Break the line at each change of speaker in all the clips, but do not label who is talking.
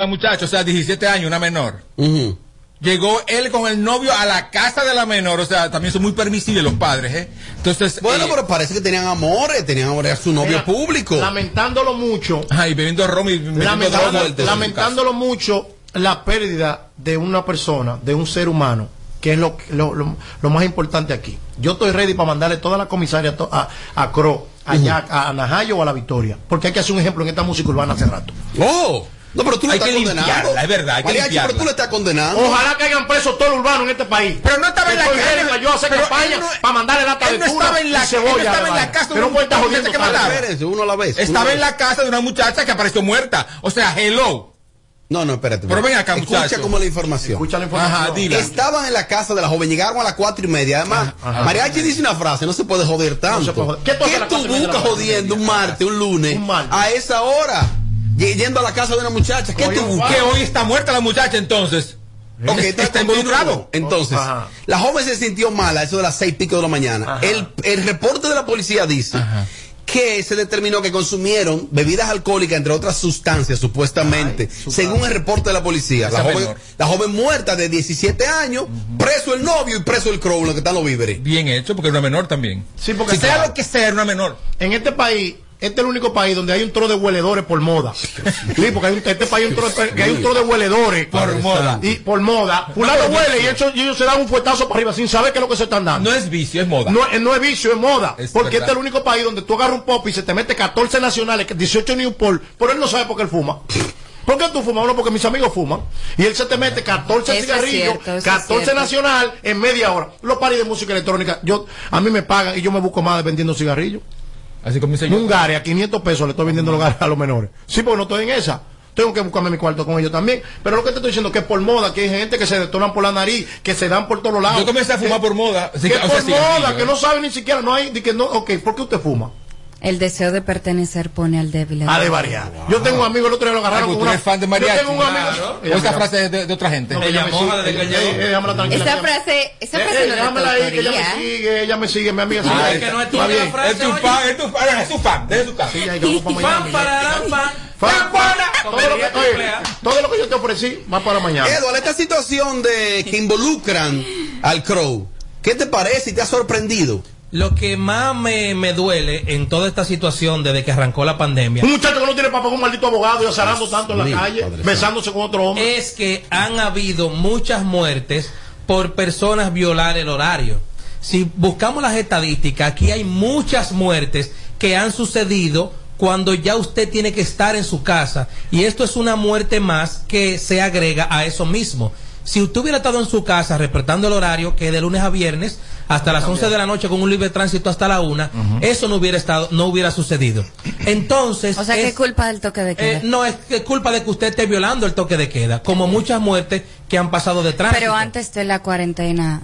Ah, muchacho, o sea, 17 años, una menor. Llegó él con el novio a la casa de la menor, o sea, también son muy permisibles los padres, ¿eh? Entonces,
Bueno,
eh,
pero parece que tenían amores, tenían amores a su novio
Mira,
público.
Lamentándolo mucho,
ay, bebiendo rom y metiendo
lamentando-
droga.
muerte, en
lamentándolo mucho la pérdida de una persona, de un ser humano, que es lo, lo, lo- lo más importante aquí. Yo estoy ready para mandarle toda la comisaria to- a, a Cro, a Jack, a Najayo o a La Victoria, porque hay que hacer un ejemplo en esta música urbana hace rato.
Oh, no, pero tú lo
Hay
estás
que limpiarla,
condenando.
es verdad, hay que
Mariachi, pero
limpiarla.
tú lo estás condenando.
Ojalá caigan presos todos los urbanos en este país.
Pero no estaba en la
Estoy
casa.
ready para yo hacer
Pero
campaña
él no-
para mandarle lata
él
de
no
tuna
estaba en la-
y cebolla.
él no estaba
de
en la
vaina.
casa de
Pero
un-
puede estar
de un
jodiendo
gente que
tanto.
mataba.
Espérense, uno a la vez. uno a
Estaba en
vez.
la casa de una muchacha que apareció muerta. O sea, hello.
No, no, espérate.
Pero
espérate.
ven acá,
Escucha
muchacho.
como la información.
Escucha la información.
Ajá, dila.
Estaban en la casa de la joven, llegaron a las cuatro y media. Además, Mariachi dice una frase, no se puede joder tanto.
se puede joder.
¿Qué
¿Qué tú haces a
tú,
las cuatro y media de la
buscas
mañana?
jodiendo un martes, un lunes,
Un martes.
a esa hora? Y- Yendo a la casa de una muchacha, ¿qué
Oye,
tú buscas?
Que hoy está muerta la muchacha, entonces.
Ok,
está, está involucrado.
Entonces,
¿Eh? Ajá.
la joven se sintió mala, eso de las seis pico de la mañana.
Ajá.
El, el reporte de la policía dice que se determinó que consumieron bebidas alcohólicas, entre otras sustancias, supuestamente.
Ay, sustancias.
Según el reporte de la policía, la
Esa
joven,
menor.
la joven muerta de 17 años, preso el novio y preso el crow, lo que están los víveres.
Bien hecho, porque era una menor también.
Sí, porque
si sea
estaba-
lo que sea, era una menor.
En este país, este es el único país donde hay un tro de hueledores por moda. Sí, porque hay un- este país hay un tro, que hay un tro de hueledores
Por moda.
Y por moda. Fulano huele y ellos, y ellos se dan un fuetazo para arriba sin saber qué es lo que se están dando.
No es vicio, es moda.
No, eh, no es vicio, es moda.
Es
porque
verdad.
este es el único país donde tú agarras un pop y se te mete 14 nacionales, que 18 Newport, pero él no sabe por qué él fuma. ¿Por qué tú fumas? Bueno, porque mis amigos fuman. Y él se te mete 14
Eso es
cigarrillos,
cierto, eso es
14
cierto.
nacional en media hora. Los paris de música electrónica, yo a mí me pagan y yo me busco más vendiendo cigarrillos.
Así comienza
Un
yo.
gare a 500 pesos le estoy vendiendo los gares a los menores. Sí, porque no estoy en esa. Tengo que buscarme mi cuarto con ellos también. Pero lo que te estoy diciendo es que es por moda, que hay gente que se detonan por la nariz, que se dan por todos lados.
Yo comencé a fumar
Que-
por moda.
Que,
sí, o sea,
por
cigarrillo,
moda,
¿eh?
que no sabe ni siquiera, no hay, de que no, ok, ¿por qué usted fuma?
El deseo de pertenecer pone al débil.
A de variar. Yo tengo un amigo, el otro día lo
Ah,
agarraron
porque
con
tú
una...
eres fan de mariachi.
Yo tengo un amigo...
Claro.
Ella
O esa
me
frase es de, de otra gente.
llama- no,
Ella
me
moja
sigue,
desde que
ella-
llegó.
ella- ella- déjamela eh, tranquila,
Esa
déjamela.
frase, esa
Eh,
frase
eh,
no es de
déjamela ahí, que ella me
autoría.
sigue, ella me sigue, mi amiga.
Ah,
sigue.
es que no es
Va
tuya la
bien.
frase,
es tu
oye.
fan, es tu fan, es tu fan, de su casa.
Sí, ahí, que vamos para
Fan
mañana.
para fan.
Fan, pana. Todo lo que-
Comería triple
oye,
A.
todo lo que yo te ofrecí va para mañana.
Edward, esta situación de que involucran al crow, ¿qué te parece y te ha sorprendido?
Lo que más me, me duele en toda esta situación desde que arrancó la pandemia
Un muchacho que no tiene papá con un maldito abogado y azarando tanto en la
mío,
calle,
Padre Santo.
besándose con otro hombre.
es que han habido muchas muertes por personas violar el horario. Si buscamos las estadísticas, aquí hay muchas muertes que han sucedido cuando ya usted tiene que estar en su casa. Y esto es una muerte más que se agrega a eso mismo. Si usted hubiera estado en su casa respetando el horario, que es de lunes a viernes, hasta las 11 de la noche con un libre tránsito hasta la una, eso no hubiera estado, no hubiera sucedido. Entonces,
O sea, que
eh, es-
es culpa del toque de queda.
eh, no, es que es culpa de que usted esté violando el toque de queda, como muchas muertes que han pasado detrás.
Pero antes de la cuarentena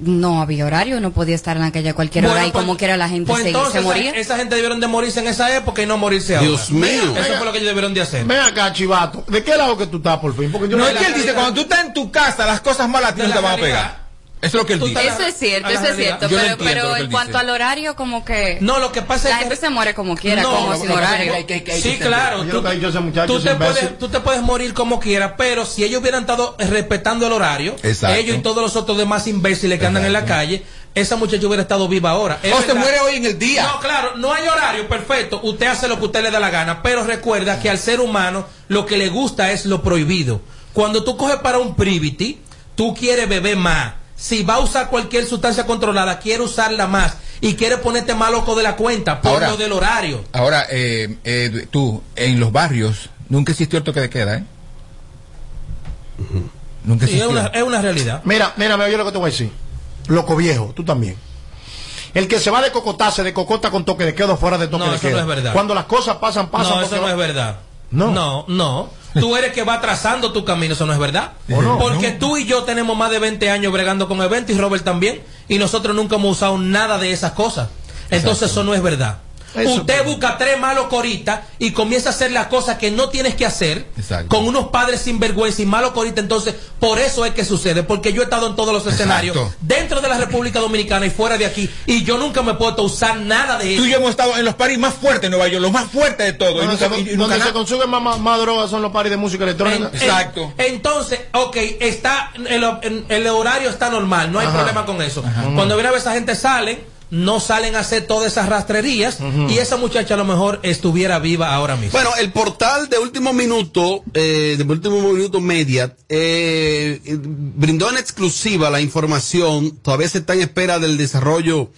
no había horario, no podía estar en la calle a cualquier hora y como quiera la gente se, se moría.
Pues Esa, gente debieron de morirse en esa época y no morirse ahora.
Dios mío.
Eso fue lo que ellos debieron de hacer.
Ven acá, chivato. ¿De qué lado que tú estás, por fin? Porque yo
No,
no,
es que él dice, cuando tú estás en tu casa, las cosas malas a ti
De
no
la
te van a
realidad.
pegar. Eso es lo que él
Tú
dice.
estás-
Eso es cierto,
a la
eso es
realidad.
cierto,
Yo no
pero,
entiendo lo
pero
que él
en cuanto
dice.
al horario como que
No, lo que pasa
la
es que...
gente se muere como quiera,
No,
como
no,
sin
no,
horario.
no, sí, claro.
Yo
Tú,
nunca he dicho ese muchacho,
tú
ese
te
imbécil.
puedes, tú te puedes morir como quieras, pero si ellos hubieran estado respetando el horario,
Exacto.
ellos y todos los otros demás imbéciles que andan en la calle, esa muchacha hubiera estado viva ahora. Es
O se
verdad.
muere hoy en el día.
No, claro, no hay horario, perfecto. Usted hace lo que usted le da la gana, pero recuerda que al ser humano lo que le gusta es lo prohibido. Cuando tú coges para un privity, tú quieres beber más. Si va a usar cualquier sustancia controlada, quiere usarla más y quiere ponerte más loco de la cuenta por
Ahora.
lo del horario.
Ahora, eh, eh, tú, en los barrios, nunca existió el toque de queda, ¿eh? Nunca
Sí, es
existió.
una, es una realidad.
Mira, mira, mira, yo lo que te voy a decir. Loco viejo, tú también. El que se va de cocotazo, de cocota con toque de queda o fuera de toque
No,
de
eso
queda.
no es verdad.
Cuando las cosas pasan, pasan.
No,
porque
eso no
va-
es verdad.
No.
No, no. Tú eres que va trazando tu camino, eso no es verdad.
¿O no?
Porque tú y yo tenemos más de 20 años bregando con eventos y Robert también, y nosotros nunca hemos usado nada de esas cosas. Entonces eso no es verdad.
Eso
usted
también.
busca tres malos coritas y comienza a hacer las cosas que no tienes que hacer
Exacto.
con unos padres sinvergüenza y malos coritas. Entonces, por eso es que sucede, porque yo he estado en todos los escenarios,
Exacto.
dentro de la República Dominicana y fuera de aquí, y yo nunca me puedo usar nada de eso.
Tú y yo hemos estado en los paris más fuertes de Nueva York, los más fuertes de todo. y
Donde,
nunca-
se,
y- y nunca
donde
nada.
se consumen más, más, más drogas son los paris de música electrónica.
En- en-
Exacto.
entonces, ok, está el, el- el horario está normal, no hay problema con eso. Cuando viene a ver esa gente salen, no salen a hacer todas esas rastrerías y esa muchacha a lo mejor estuviera viva ahora mismo.
Bueno, el portal de último minuto, eh, de último minuto media, eh, eh, brindó en exclusiva la información. Todavía se está en espera del desarrollo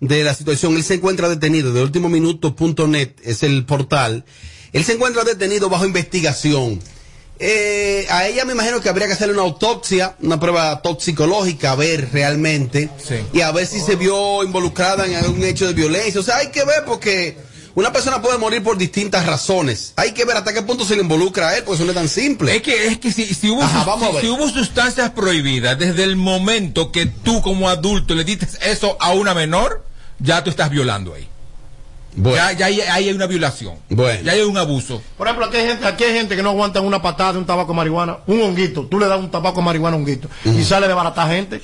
de la situación. Él se encuentra detenido. De último minuto.net es el portal. Él se encuentra detenido bajo investigación. Eh, a ella me imagino que habría que hacerle una autopsia, una prueba toxicológica, a ver realmente.
Sí.
Y a ver si se vio involucrada en algún hecho de violencia. O sea, hay que ver porque una persona puede morir por distintas razones. Hay que ver hasta qué punto se le involucra a él, porque eso no es tan simple.
Es que, es que si, si hubo
Ajá,
sus-
vamos a
si-
ver.
si hubo sustancias prohibidas desde el momento que tú como adulto le diste eso a una menor, ya tú estás violando ahí.
Bueno.
Ya, ya ahí, ahí hay una violación.
Bueno.
Ya hay un abuso.
Por ejemplo, aquí hay, gente, aquí hay gente que no aguanta una patada de un tabaco de marihuana, un honguito. Tú le das un tabaco de marihuana a un honguito
Mm.
y sale de barata gente,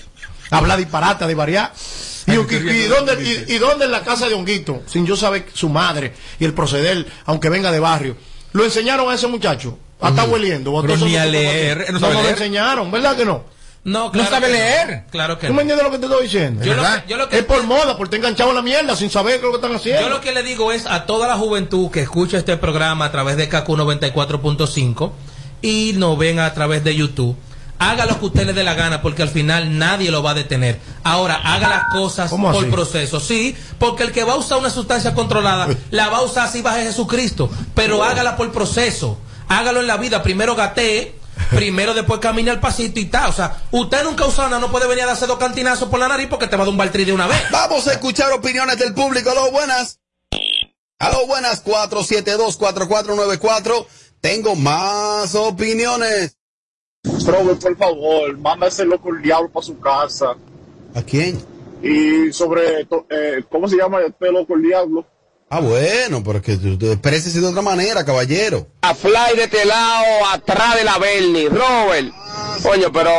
habla disparate, de variar. Y,
Ay,
un-
estoy
y,
riendo de lo que
dónde,
dices.
y, y dónde en la casa de honguito, sin yo saber su madre y el proceder, aunque venga de barrio. Lo enseñaron a ese muchacho, a
Mm.
estar hueliendo. o
Pero
todo
ni
eso
a
que tú
leer,
¿eh?
conoces.
no
No,
sabe
no lo
leer.
enseñaron, ¿verdad que no?
No,
sabe
que
leer.
Claro que
¿Tú
no.
me entiendes lo que te estoy diciendo?
Yo lo
¿Verdad?
que- yo lo que-
es por moda, por te enganchado en la mierda sin saber qué es lo que están haciendo.
Yo lo que le digo es a toda la juventud que escucha este programa a través de KQ 94.5 y nos ven a través de YouTube. Haga lo que usted le dé la gana porque al final nadie lo va a detener. Ahora, haga las cosas
¿Cómo
por
así?
proceso. Sí, porque el que va a usar una sustancia controlada la va a usar así baja Jesucristo. Pero hágala por proceso. Hágalo en la vida. Primero gatee. Primero, después camine al pasito y tal. O sea, usted nunca usa nada, no puede venir a darse dos cantinazos por la nariz porque te va a dar un baltrí de una vez.
Vamos a escuchar opiniones del público. Aló, buenas. Aló, buenas. 472-4494. Tengo más opiniones.
Robert, por favor, manda ese loco el diablo para su casa.
¿A quién?
Y sobre, to- eh, ¿cómo se llama este loco el diablo?
Ah, bueno, porque tú- tú- exprésese de otra manera, caballero.
a Fly de este lado, atrás de la Bernie. Robert, coño, pero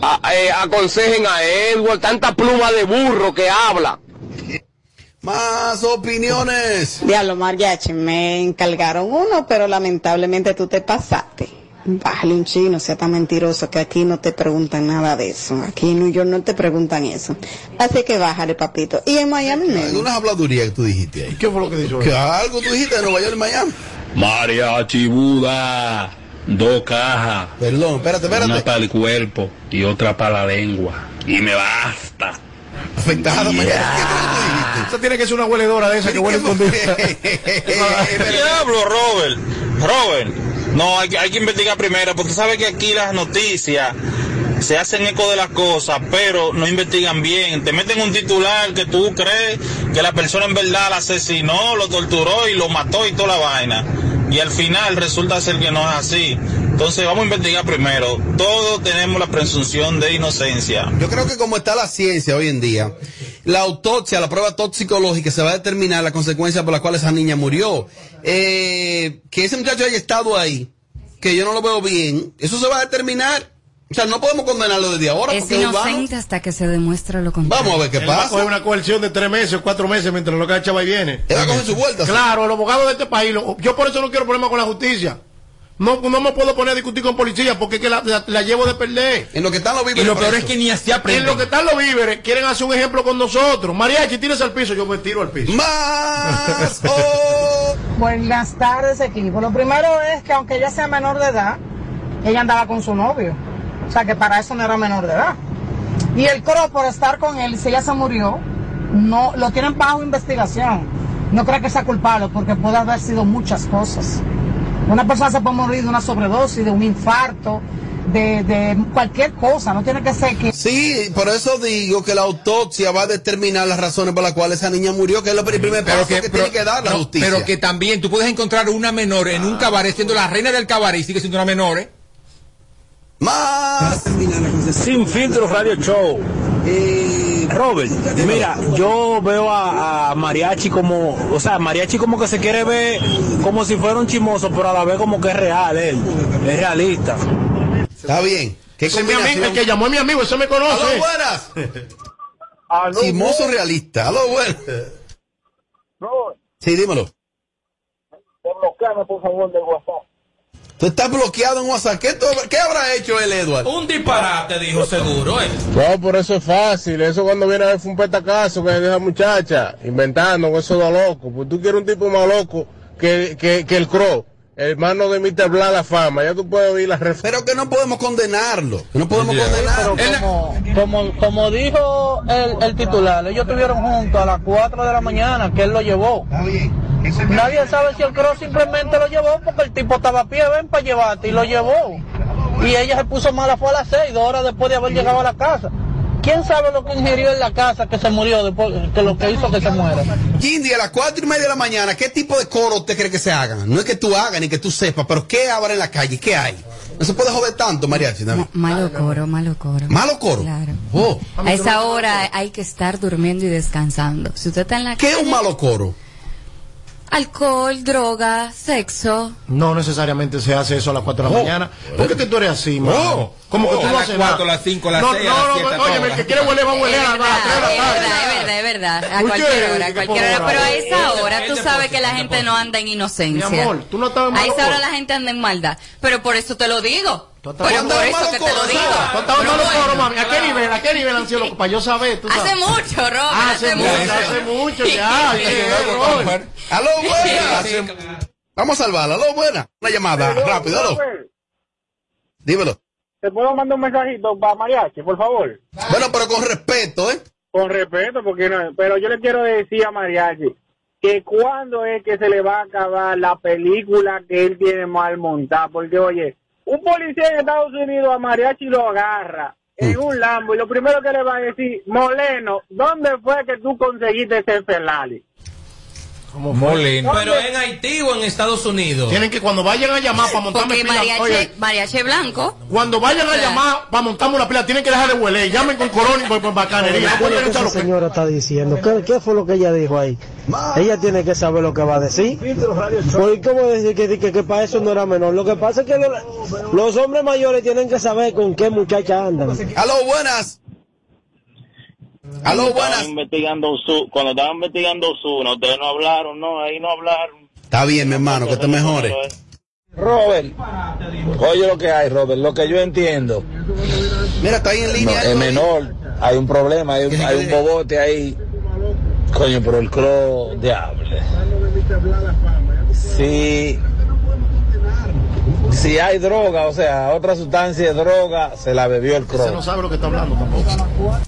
a- eh, aconsejen a Edward, tanta pluma de burro que habla.
Más opiniones.
Diablo Mariachi, me encargaron uno, pero lamentablemente tú te pasaste. Bájale un chino, sea tan mentiroso, que aquí no te preguntan nada de eso. Aquí en New York no te preguntan eso. Así que bájale, papito. Y en Miami menos.
Algunas habladurías que tú dijiste ahí.
¿Qué fue lo que dijo? él?
Que algo tú dijiste de Nueva York y Miami.
Mariachi Buda, dos cajas,
Perdón, espérate,
una
espérate.
para el cuerpo y otra para la lengua. Y me basta.
Afectada, Mariachi. ¿Qué
Esa tiene que ser una hueledora de esa que
fue
huele
lo que tú
escondida. Eh,
dijiste?
Diablo, Robert. Robert. No, hay, que- hay que investigar primero, porque sabe que aquí las noticias se hacen eco de las cosas, pero no investigan bien. Te meten un titular que tú crees que la persona en verdad la asesinó, lo torturó y lo mató y toda la vaina. Y al final resulta ser que no es así. Entonces vamos a investigar primero. Todos tenemos la presunción de inocencia.
Yo creo que como está la ciencia hoy en día, la autopsia, la prueba toxicológica, se va a determinar la consecuencia por la cual esa niña murió. Eh, que ese muchacho haya estado ahí, que yo no lo veo bien, eso se va a determinar. O sea, no podemos condenarlo desde ahora
Es
porque es urbano.
inocente hasta que se demuestre lo contrario.
Vamos a ver qué
Él va a coger
pasa.
una coerción de tres meses o cuatro meses mientras lo que chava y viene.
Él va a coger su vuelta. sí.
Claro, el abogado de este país, lo- yo por eso no quiero problemas con la justicia. No, no me puedo poner a discutir con policía porque es que la, la- la llevo de perder.
En lo que están los
Y
víveres
lo peor es
presos.
que ni así
En
aprenden.
lo que están los víveres, quieren hacer un ejemplo con nosotros. Mariachi, tírese al piso, yo me tiro al piso.
Más o-
Buenas tardes, equipo. Lo primero es que aunque ella sea menor de edad, ella andaba con su novio. O sea que para eso no era menor de edad. Y el coro por estar con él, si ella se murió, no lo tienen bajo investigación. No creo que sea culpable porque puede haber sido muchas cosas. Una persona se puede morir de una sobredosis, de un infarto, de, de cualquier cosa. No tiene que ser que
Sí, por eso digo que la autopsia va a determinar las razones por las cuales esa niña murió, que es lo pri- primer paso que, tiene que dar la
no,
justicia.
pero que también tú puedes encontrar una menor en
Ah,
un cabaret siendo la reina del cabaret y sigue siendo una menor, ¿eh?
Más.
Sin filtro radio show.
Eh,
Robert, mira, yo veo a, a Mariachi como, o sea, Mariachi como que se quiere ver como si fuera un chimoso, pero a la vez como que es real él, es realista.
Está bien. ¿Qué
Con mi amigo, el que llamó a mi amigo, ese me conoce.
Aló, buenas. Simoso realista. Aló, buenas.
Robert,
Sí, dímelo.
desbloqueame por favor de WhatsApp.
Tú estás bloqueado en WhatsApp. ¿Qué, tú- qué habrá hecho él, Edward?
Un disparate, dijo seguro. ¿eh?
No, por eso es fácil. Eso cuando viene a ver fue un petacazo que deja muchacha inventando con eso de loco. Pues tú quieres un tipo más loco que, que, que el Crow, hermano de Mr. Bla la fama. Ya tú puedes oír la
Pero que no podemos condenarlo. Que no podemos
Pero como, como, como dijo el, el titular, ellos estuvieron juntos a las 4 de la mañana que él lo llevó. Nadie sabe si el cross simplemente lo llevó porque el tipo estaba a pie, ven para llevarte, y lo llevó. Y ella se puso mala, fue a las 6, dos horas después de haber llegado a la casa. ¿Quién sabe lo que ingirió en la casa que se murió, después, que lo que hizo que se muera?
Jindy, a las cuatro y media de la mañana, ¿qué tipo de coro usted cree que se hagan? No es que tú hagas ni que tú sepas, pero ¿qué habrá en la calle? ¿Qué hay? No se puede joder tanto, mariachi. también.
Malo coro, malo coro.
Malo coro.
Claro.
Oh.
A esa hora hay que estar durmiendo y descansando. Si usted está en la
¿Qué es un
calle,
malo coro?
Alcohol, droga, sexo.
No necesariamente se hace eso a las 4 de la
Oh.
mañana. ¿Por qué que tú eres así, mano?
Oh.
Como que
Oh.
tú
A
no
las
haces
cuatro,
nada.
a las cinco, a las
no,
seis, a
No,
las
no,
siete, a toda
oye, el
hora.
que quiere huele va a huele a las
verdad,
3 de la
es
tarde.
verdad, es verdad, es verdad. A
¿Por
cualquier
qué?
hora, a
¿Qué
cualquier hora.
por
Pero a
hora?
esa
Él
hora
te-
tú
él te
sabes
pone,
que la
él te
gente
pone.
no anda en inocencia.
Mi amor, tú no estabas en
A
malo
esa hora
coro.
la gente anda en maldad. Pero por eso te lo digo. Pero
Tú estabas
por
en
eso
malo
que te
coro,
lo digo.
¿sabes? Tú estabas en
Pero
malo
bueno.
coro, mami. ¿A qué nivel? ¿A qué nivel han sido los Para yo saber, tú sabes.
Hace mucho, Robert.
Hace mucho, hace mucho ya. ya, Robert.
Aló, buenas. Vamos a salvarla. Aló, buenas. Una llamada
Robert,
Ah, rápido, aló.
Robert,
Dímelo.
¿Te puedo mandar un mensajito para Mariachi, por favor?
Bueno, pero con respeto, ¿eh?
Con respeto, porque no, pero yo le quiero decir a Mariachi que cuándo es que se le va a acabar la película que él tiene mal montada, porque oye, un policía en Estados Unidos a Mariachi lo agarra
Mm.
en un Lambo y lo primero que le va a decir, Moleno, ¿dónde fue que tú conseguiste ese Ferrari?
Molino. Pero en Haití o en Estados Unidos.
Tienen que cuando vayan a llamar para montarme
Porque
pila,
mariachi,
oye,
mariachi blanco.
cuando vayan a
Claro.
llamar para montarme una pila, tienen que dejar de huele. Llamen con corona y con bacanería.
¿Qué es lo que esa señora está diciendo? ¿Qué, qué fue lo que ella dijo ahí? Ella tiene que saber lo que va a decir. Pues, ¿y ¿Cómo decir que, que, que para eso no era menor? Lo que pasa es que lo- los hombres mayores tienen que saber con qué muchacha andan.
Aló, buenas.
Aló, buenas.
Estaban investigando su, cuando estaban investigando su, no, ustedes no hablaron, no, ahí no hablaron.
Está bien, mi hermano, que te mejores.
Robert, oye lo que hay, Robert, lo que yo entiendo.
Mira, está ahí en línea. ¿eh?
es menor, hay un problema, hay, un- hay un bobote ahí. Coño, pero el cro, diable. Si, si hay droga, o sea, otra sustancia de droga, se la bebió el
Ese
cro.
no sabe lo que está hablando tampoco.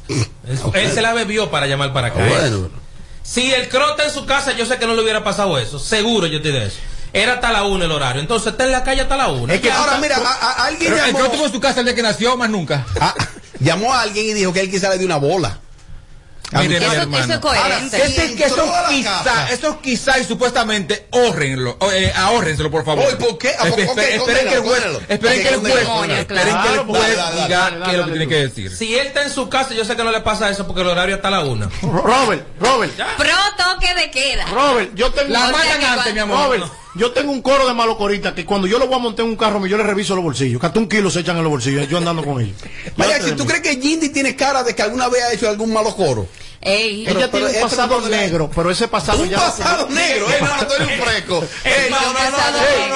Él se la bebió para llamar para acá. ¿eh? Si el Cro está en su casa, yo sé que no le hubiera pasado eso. Seguro yo te digo eso. Era hasta la una el horario. Entonces está en la calle hasta la una.
Es que ahora, mira, ah, a-
a- alguien
Pero el
llamó-
que estuvo en su casa desde que nació, más nunca.
Llamó a alguien y dijo que él quizá le dio una bola.
Mire, mi hermano. Ahora, que ese- que eso
Entró a la
quizá,
casa.
eso quizá y supuestamente ahorrenlo, o, eh, ahórrenselo por favor.
Oye, ¿por qué? ¿A
Espe-
poco
espe-
que
esperen que
condena,
el juez,
condena?
esperen que el
Condena,
juez,
condena,
esperen que el
claro,
juez
dale, dale,
diga
dale,
qué es lo que
dale,
tiene
tú.
que decir.
Si él está en su casa, yo sé que no le pasa eso porque el horario está a la una.
Robert, Robert.
Pro toque de queda.
Robert, yo tengo
La O sea matan que antes, cuando- mi amor.
Robert, yo tengo un coro de malocoristas que cuando yo lo voy a montar en un carro, yo le reviso los bolsillos. Que hasta un kilo se echan en los bolsillos, yo andando con ellos.
Mariachi, ¿tú crees que Jindy tiene cara de que alguna vez ha hecho algún malo coro?
Ey.
Ella
Pero- pero
tiene un
es
pasado
perdonable.
negro, pero ese pasado
Un
ya.
pasado negro, eh, no, no, tú eres un fresco. Eh, no, no, no, no,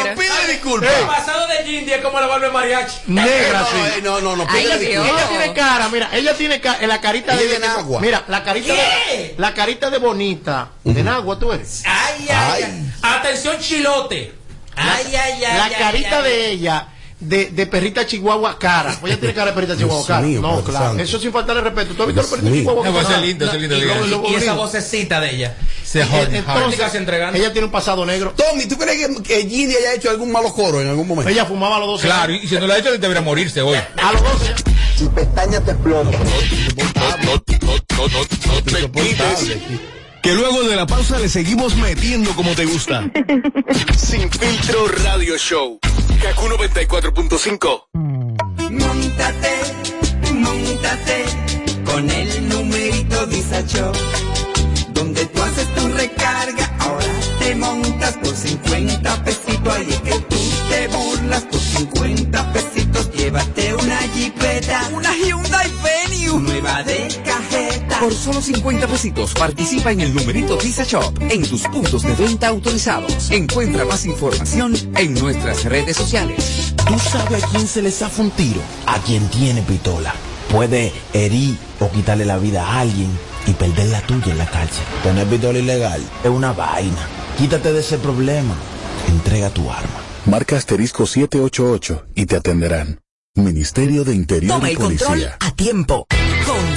no, no, pide disculpas.
El pasado de Jindy es como la barba de mariachi.
Negra, sí.
Eh, no, no, no,
Ay,
pide
Dios.
disculpas.
Ella tiene cara, mira, ella tiene ca- en la carita
Ella
de,
es de Nagua.
Mira, la carita de, la carita de bonita de Nagua tú eres.
Ay, ay, ay. Atención, chilote. Ay, ay, ay.
la
ay,
carita
ay,
de ella de, de perrita chihuahua cara. Oye, tiene cara de perrita chihuahua
Dios
cara.
mío,
no,
Padre
claro.
Santo.
Eso sin faltarle respeto. ¿Tú has visto la
Dios
perrita
mío.
chihuahua
No, pues
cara?
ese es lindo, ese es lindo,
Y-
lindo.
y- y-
ay. Y esa
voz-
vocecita de ella.
Se
Entonces, ella tiene un pasado negro.
Tommy, ¿tú crees que, que Jindy haya hecho algún malo coro en algún momento?
Ella fumaba a los 12
Claro, y si no lo ha hecho, debería morirse hoy.
A los 12
Si pestañas te explotan.
Que luego de la pausa le seguimos metiendo como te gusta. Sin filtro radio show. Kaku 94.5.
Montate, montate con el numerito muchacho. Donde tú haces tu recarga, ahora te montas por 50 pesitos. Ahí es que tú te burlas por 50 pesitos. Llévate una jipeta, una Hyundai Venue, nueva de cajeta.
Por solo 50 pesitos participa en el numerito Visa Shop en tus puntos de venta autorizados. Encuentra más información en nuestras redes sociales.
Tú sabes a quién se le zafa un tiro, a quien tiene pistola. Puede herir o quitarle la vida a alguien y perder la tuya en la cárcel. Tener pistola ilegal es una vaina. Quítate de ese problema. Entrega tu arma.
Marca asterisco 788 y te atenderán. Ministerio de Interior
Toma
y
el control
Policía.
a tiempo. Con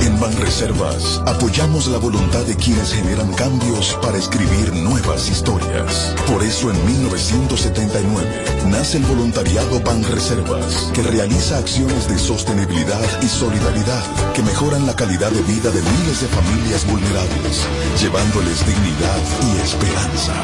En Banreservas apoyamos la voluntad de quienes generan cambios para escribir nuevas historias. Por eso en 1979 nace el voluntariado Banreservas, que realiza acciones de sostenibilidad y solidaridad que mejoran la calidad de vida de miles de familias vulnerables, llevándoles dignidad y esperanza.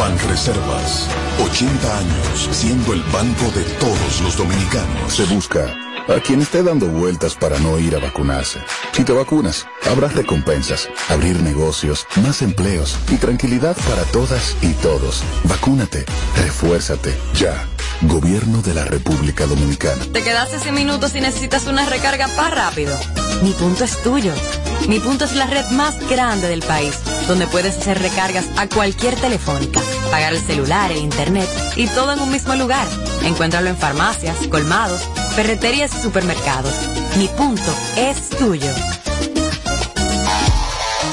Banreservas, 80 años siendo el banco de todos los dominicanos. Se busca a quien esté dando vueltas para no ir a vacunarse. Si te vacunas, habrá recompensas, abrir negocios, más empleos y tranquilidad para todas y todos. Vacúnate, refuérzate, ya. Gobierno de la República Dominicana.
¿Te quedaste sin minutos y necesitas una recarga más rápido? Mi punto es tuyo. Mi punto es la red más grande del país, donde puedes hacer recargas a cualquier telefónica, pagar el celular, el internet y todo en un mismo lugar. Encuéntralo en farmacias, colmados, ferreterías y supermercados. Mi punto es tuyo.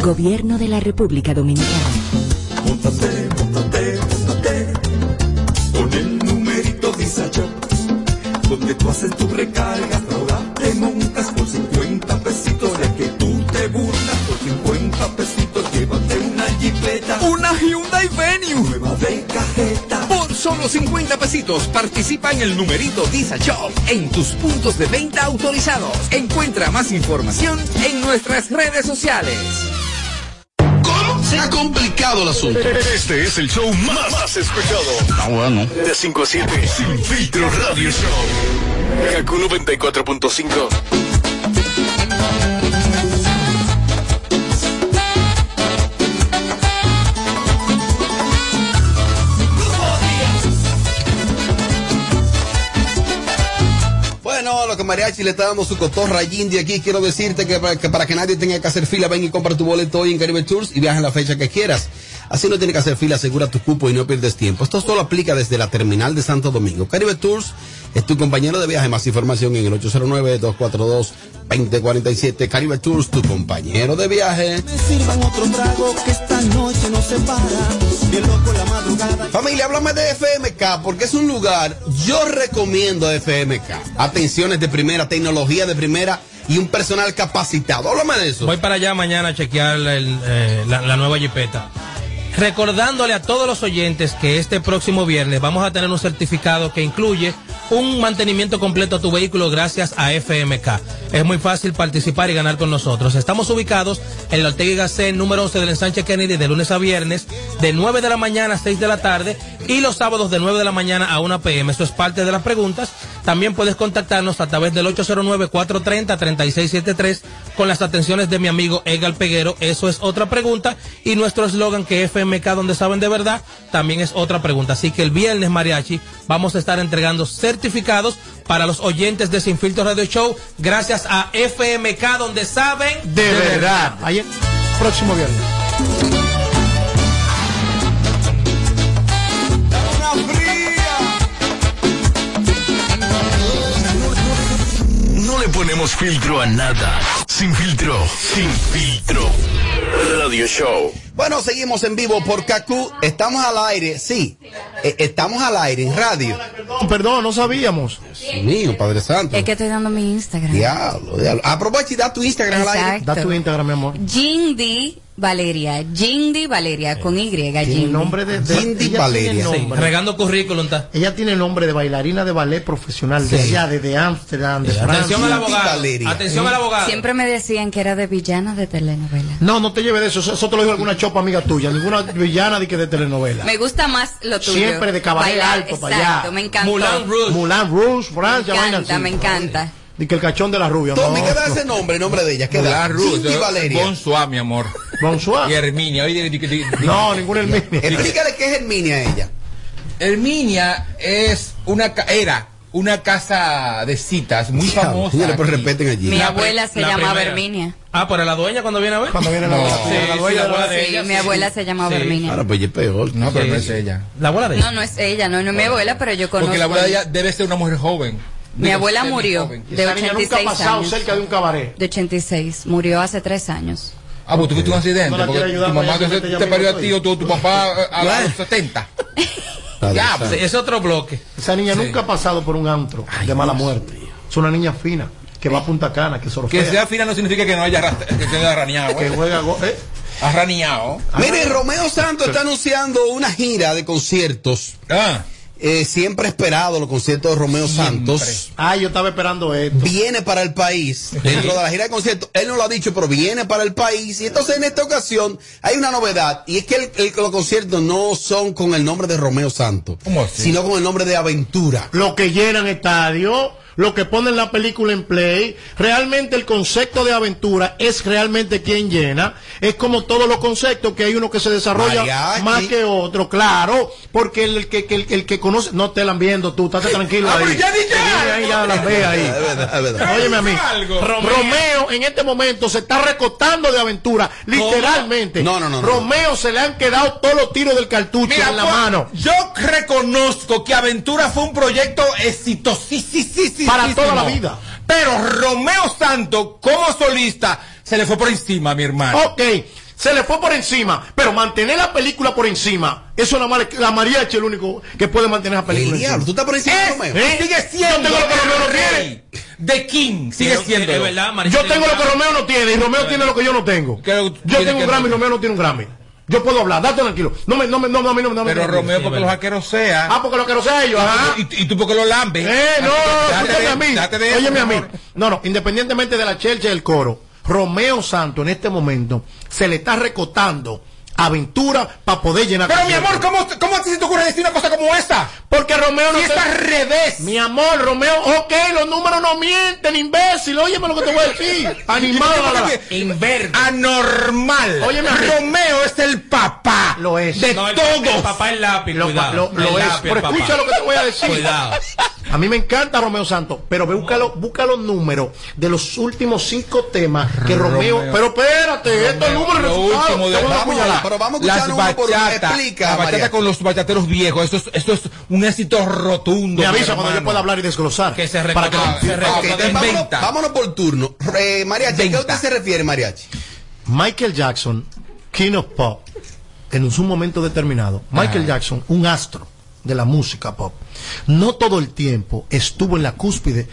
Gobierno de la República Dominicana.
Móntate, móntate, móntate. Con el numerito Visa Shop, donde tú haces tu recarga, ahora te montas por 50 pesitos. De que tú te burlas por 50 pesitos, llévate una jipeta.
Una Hyundai Venue. Nueva de cajeta. Por solo 50 pesitos participa en el numerito Visa Shop en tus puntos de venta autorizados. Encuentra más información en nuestras redes sociales. ¿Cómo? Se ha complicado el asunto.
Este es el show más, más escuchado.
Ah, bueno.
De 5 a 7. Sin filtro radio show.
Kaku 94.5.
Bueno, lo que Mariachi le está dando su cotorra Yindi aquí, quiero decirte que para, que para que nadie tenga que hacer fila, ven y compra tu boleto hoy en Caribe Tours y viaja en la fecha que quieras. Así no tienes que hacer fila, asegura tu cupo y no pierdes tiempo. Esto solo aplica desde la terminal de Santo Domingo. Caribe Tours es tu compañero de viaje. Más información en el 809-242-2047. Caribe Tours, tu compañero de viaje.
Me sirvan otro trago que esta noche no se para. Bien loco la madrugada.
Familia, háblame de FMK porque es un lugar, yo recomiendo FMK. Atenciones de primera, tecnología de primera y un personal capacitado. Háblame de eso.
Voy para allá mañana a chequear el, eh, la, la nueva jipeta. Recordándole a todos los oyentes que este próximo viernes vamos a tener un certificado que incluye un mantenimiento completo a tu vehículo gracias a FMK. Es muy fácil participar y ganar con nosotros. Estamos ubicados en la Ortega y Gasset número 11 del ensanche Kennedy de lunes a viernes de 9 de la mañana a 6 de la tarde y los sábados de 9 de la mañana a 1 pm. Eso es parte de las preguntas También puedes contactarnos a través del 809-430-3673 con las atenciones de mi amigo Egal Peguero. Eso es otra pregunta. Y nuestro eslogan que FMK donde saben de verdad también es otra pregunta. Así que el viernes, Mariachi, vamos a estar entregando certificados para los oyentes de Sin Filtro Radio Show gracias a FMK donde saben
De, verdad. Ayer, próximo viernes.
No le ponemos filtro a nada. Sin filtro, sin filtro. Radio Show.
Bueno, seguimos en vivo por Kaku. Estamos al aire, sí. eh, estamos al aire en radio.
Perdón, perdón, no sabíamos.
Mío, Padre Santo.
Es que estoy dando mi Instagram.
Diablo, diablo. Aprovecha y da tu Instagram al aire.
Exacto. Da tu
Instagram, mi amor.
Jindy Valeria. Jindy Valeria con Y. Jindy.
El nombre de, de- ella tiene nombre.
regando currículum. ta.
Ella tiene el nombre de bailarina de ballet profesional de
Sí.
allá, desde Ámsterdam, de Francia.
Eh, Atención al abogado. Atención al abogado.
Siempre me decían que era de villana de telenovela.
No, no te lleves de eso. Eso eso te lo dijo alguna chopa amiga tuya. Ninguna villana de que de telenovela.
Me gusta más lo tuyo.
Siempre de cabaret
Bailar,
alto para allá.
exacto, me encanta.
Moulin Rouge, Francia,
Me
vaina
encanta,
así.
me encanta.
Y que el cachón de la rubia.
Tommy,
no,
¿qué da
no.
ese
nombre, nombre de ella?
¿Qué da? Cindy Valeria. Bonsoir, mi amor.
Bonsoir.
Y Herminia. Oye, di- di- di-
No, ninguna Herminia.
Explícale qué es Herminia ella.
Herminia es una ca- era una casa de citas muy famosa.
señores, pero respeten allí.
Mi
La
abuela
pri-
se
la
llamaba
primera.
Herminia.
Ah, pero la dueña cuando viene a ver. Cuando
viene
la
dueña.
Sí,
La
sí,
dueña
la
de
abuela
la-
de ella.
Sí, mi abuela se llamaba
Sí.
Herminia.
Ahora, pues ella es peor.
No, pero no es ella.
La abuela de
No, no es ella, no, no es mi abuela, pero yo conozco.
Porque la abuela de ella debe ser una mujer joven.
Mi
Debe
abuela
ser muy
murió
joven.
de
Esa niña nunca ha
86
pasado
años.
cerca de un cabaret.
De 86, murió hace tres años.
Ah, pues tuviste un accidente.
No la
porque
quiero ayudar,
tu
María,
mamá
solamente
te,
ya
te
me
parió a
voy.
ti o tu, tu papá eh, a los 70. Ya, pues,
Es otro bloque.
Esa niña nunca ha pasado por un antro de mala muerte. Es una niña fina, que va a Punta Cana, que sorfea.
Que sea fina no significa que no haya rast- que se haya raneado.
Que juega go- eh.
Arraneado.
Mire, Romeo Santos está anunciando una gira de conciertos. Eh, siempre esperado los conciertos de Romeo Santos.
Ah, yo estaba esperando esto.
Viene para el país, dentro de la gira de conciertos. Él no lo ha dicho, pero viene para el país. Y entonces en esta ocasión hay una novedad. Y es que el- el- los conciertos no son con el nombre de Romeo Santos, sino con el nombre de Aventura.
Lo que llenan estadio, lo que ponen la película en play, realmente el concepto de aventura es realmente quien llena. Es como todos los conceptos que hay uno que se desarrolla
Mariachi.
más que otro, claro, porque el que, que- el, el que conoce, no te la viendo tú, estate tranquilo
Ah,
ahí.
pero ya di ya.
Que viene ahí, ya las ve ahí.
Es verdad, es verdad.
Óyeme a mí.
Algo.
Romeo. Romeo en este momento se está recortando de aventura, literalmente.
No, no, no, no.
Romeo se le han quedado todos los tiros del cartucho
Mira,
en la
pues,
mano.
Yo reconozco que Aventura fue un proyecto exitosísimo.
Para toda la vida.
Pero Romeo Santo, como solista, se le fue por encima, mi hermano.
Ok, se le fue por encima, pero mantener la película por encima, eso la, mar- la mariachi es el único que puede mantener la película. Eh,
El diablo, tú estás por encima de Romeo.
Sigue siendo
Yo tengo lo que Romeo no
el
tiene.
rey de King. Sigue
Pero,
eh,
siendo.
es verdad, María, Yo tengo lo que Romeo no tiene y Romeo tiene lo que yo no tengo. Yo
tiene
tengo
que-
un Grammy, Romeo no tiene un Grammy. Yo puedo hablar, date tranquilo. No me, no me, no, no, a mí no, no,
Pero
no,
Romeo,
no,
porque
no,
los vaqueros sea.
Ah, porque lo que no sea ellos, ajá.
Y, tú- y tú porque lo lambes.
Eh, no,
Date de-
escúchame a
date de
mí.
eso,
Óyeme a
mi
mí.
amor.
No, no, independientemente de la chelcha y el coro, Romeo Santo en este momento se le está recotando aventura para poder llenar.
Pero mi
conciertos.
amor, ¿cómo, cómo se te ocurre decir una cosa como esa?
Porque Romeo no
Si
te-
está al revés.
Mi amor, Romeo, ok, los números no mienten, imbécil. Óyeme lo que te voy a decir. Animado. la- la-
Inverno. Anormal.
Óyeme a mí.
Romeo es el papá.
Lo es.
De
No, el-
todos.
El papá es lápiz,
Lo,
cuidado.
lo- lo
El
es.
lápiz, el
Pero
papá.
escucha lo que te voy a decir.
Cuidado.
A mí me encanta Romeo Santos, pero ve, busca, los- busca los números de los últimos cinco temas que Romeo.
Romeo.
Pero espérate, estos números
Lo
resultados,
último de-
te voy a
vamos,
apuñalar.
pero vamos a
Las
escuchar uno por uno.
bachatas,
Explica,
la bachata
Mariachi.
con los bachateros viejos, eso es, eso es un éxito rotundo.
Me
mi
avisa cuando yo
hermano.
pueda hablar y desglosar.
Que se
para que
recoja- se
Ah, ok, entonces vámonos,
Inventa.
vámonos por turno. Eh, mariachi, ¿a qué usted se refiere, Mariachi?
Michael Jackson, King of Pop, en un momento determinado, Michael Jackson, un astro de la música pop, no todo el tiempo estuvo en la cúspide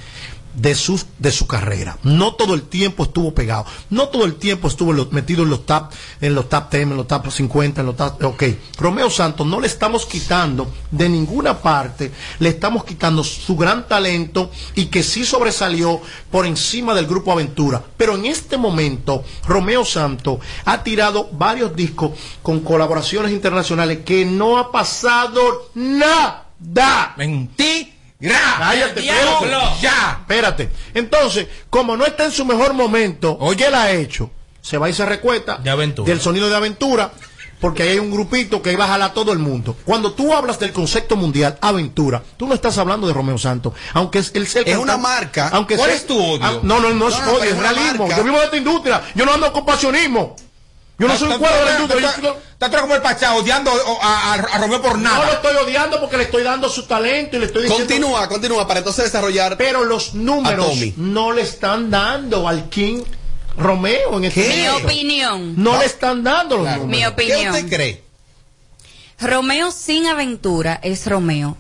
de su, de su carrera, no todo el tiempo estuvo pegado, no todo el tiempo estuvo en los- metido en los top, en los top 10, en los top 50, en los top, ok, Romeo Santos no le estamos quitando de ninguna parte, le estamos quitando su gran talento y que sí sobresalió por encima del grupo Aventura. Pero en este momento, Romeo Santo ha tirado varios discos con colaboraciones internacionales que no ha pasado nada.
Mentira.
Ya, cállate,
Diablo.
espérate. ya, espérate. Entonces, como no está en su mejor momento, oye, él ha hecho, se va y se recuesta del sonido de aventura, porque ahí hay un grupito que iba a jalar a todo el mundo. Cuando tú hablas del concepto mundial, aventura, tú no estás hablando de Romeo Santos, aunque es el ser
Es una
marca. Aunque
¿Cuál
sea-
es tu odio?
Ah, no, no, no es
No, no,
odio,
pero
es
es una
realismo.
marca.
Yo vivo de esta industria, yo no ando con pasionismo. Yo
Ah,
no soy un cuadro de la industria. yo-
Está como el Pachá odiando o, a, a- a Romeo por nada.
no lo estoy odiando porque le estoy dando su talento y le estoy diciendo.
ah, Continúa, continúa, para entonces desarrollar.
Pero los números
a Tommy.
no le están dando al King Romeo en este
Mi
momento.
opinión.
No le están dando los números.
Mi opinión. ¿Qué usted
cree?
Romeo sin aventura es Romeo.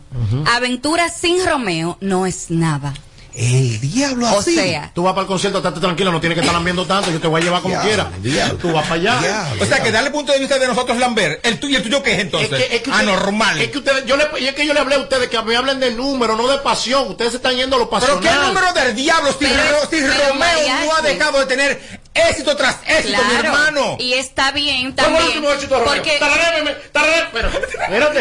Ah. Aventura sin Romeo no es nada.
El diablo
O
así.
sea-
tú vas para el concierto, estate tranquilo, no tienes que estar viendo tanto, yo te voy a llevar como
Diablo,
quiera. Tú vas para allá.
o sea, que dale el punto de vista de nosotros, Lambert. El tuyo, el tuyo, ¿qué es entonces?
Es que- es que usted-
Anormal.
Es que, ustedes, yo le, y es que yo le hablé a ustedes que me hablen de número, no de pasión. Ustedes se están yendo a lo
Pero
pasional.
qué número del diablo si,
Pero-
Ro- si
pero
Romeo no ha
mariachi.
dejado de tener éxito tras éxito, mi
Claro.
hermano.
Y está
¿Cómo
bien
es el
también.
último éxito de Romeo?
Porque
Tararémeme, tararémeme, espérate.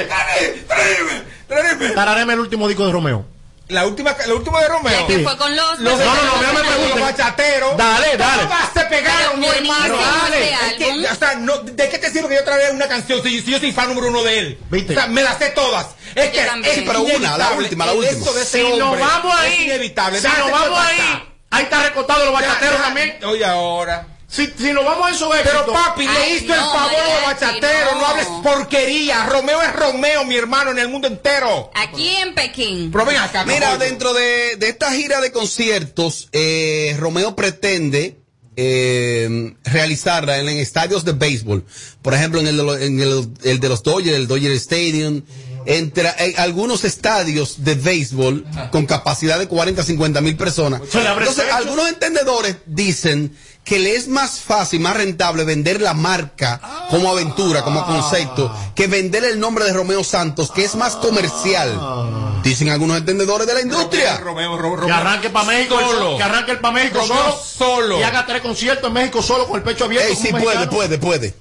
Tarareme el último disco de Romeo.
La última, la última de Romeo.
que fue con los-
Los-
No, no, no,
no me pregunten.
Los bachateros.
Dale, dale.
Todas se pegaron, mi
Pero
hermano.
este
buenísimo
Dale.
ese
Es que,
álbum.
o sea, no, ¿de qué te sirve que yo traiga una canción si, si yo soy fan número uno de él? O sea, me las sé todas. Es que
también.
es
Sí, pero
una, la
inevitable.
última, la
El
última.
éxito de ese
Si
hombre
nos vamos
Es
ahí,
inevitable.
si nos vamos ahí, ahí está recortado los bachateros también.
Oye, ahora.
Si, si nos vamos a esos éxitos.
Pero papi, le
Ay,
hizo el
no,
favor a los
Mariachi,
bachateros. No.
no.
hables porquería. Romeo es Romeo, mi hermano, en el mundo entero.
aquí en Pekín.
Pero ven acá.
Mira,
coño.
dentro de, de esta gira de conciertos, eh, Romeo pretende eh, realizarla en, en estadios de béisbol. Por ejemplo, en el, de lo- en el- el de los Dodgers, el Dodger Stadium. Entre en algunos estadios de béisbol con capacidad de 40 50 mil personas.
Se le abre el
Entonces,
pecho.
algunos entendedores dicen que le es más fácil, más rentable vender la marca como aventura, como concepto, que vender el nombre de Romeo Santos, que es más comercial. Dicen algunos entendedores de la industria.
Romeo, Ro- Romeo.
Que arranque para México,
Solo.
solo. que arranque para México
Romeo
solo,
solo.
y haga tres conciertos en México solo con el pecho abierto.
Ey,
como
sí,
un
puede,
mexicano.
puede,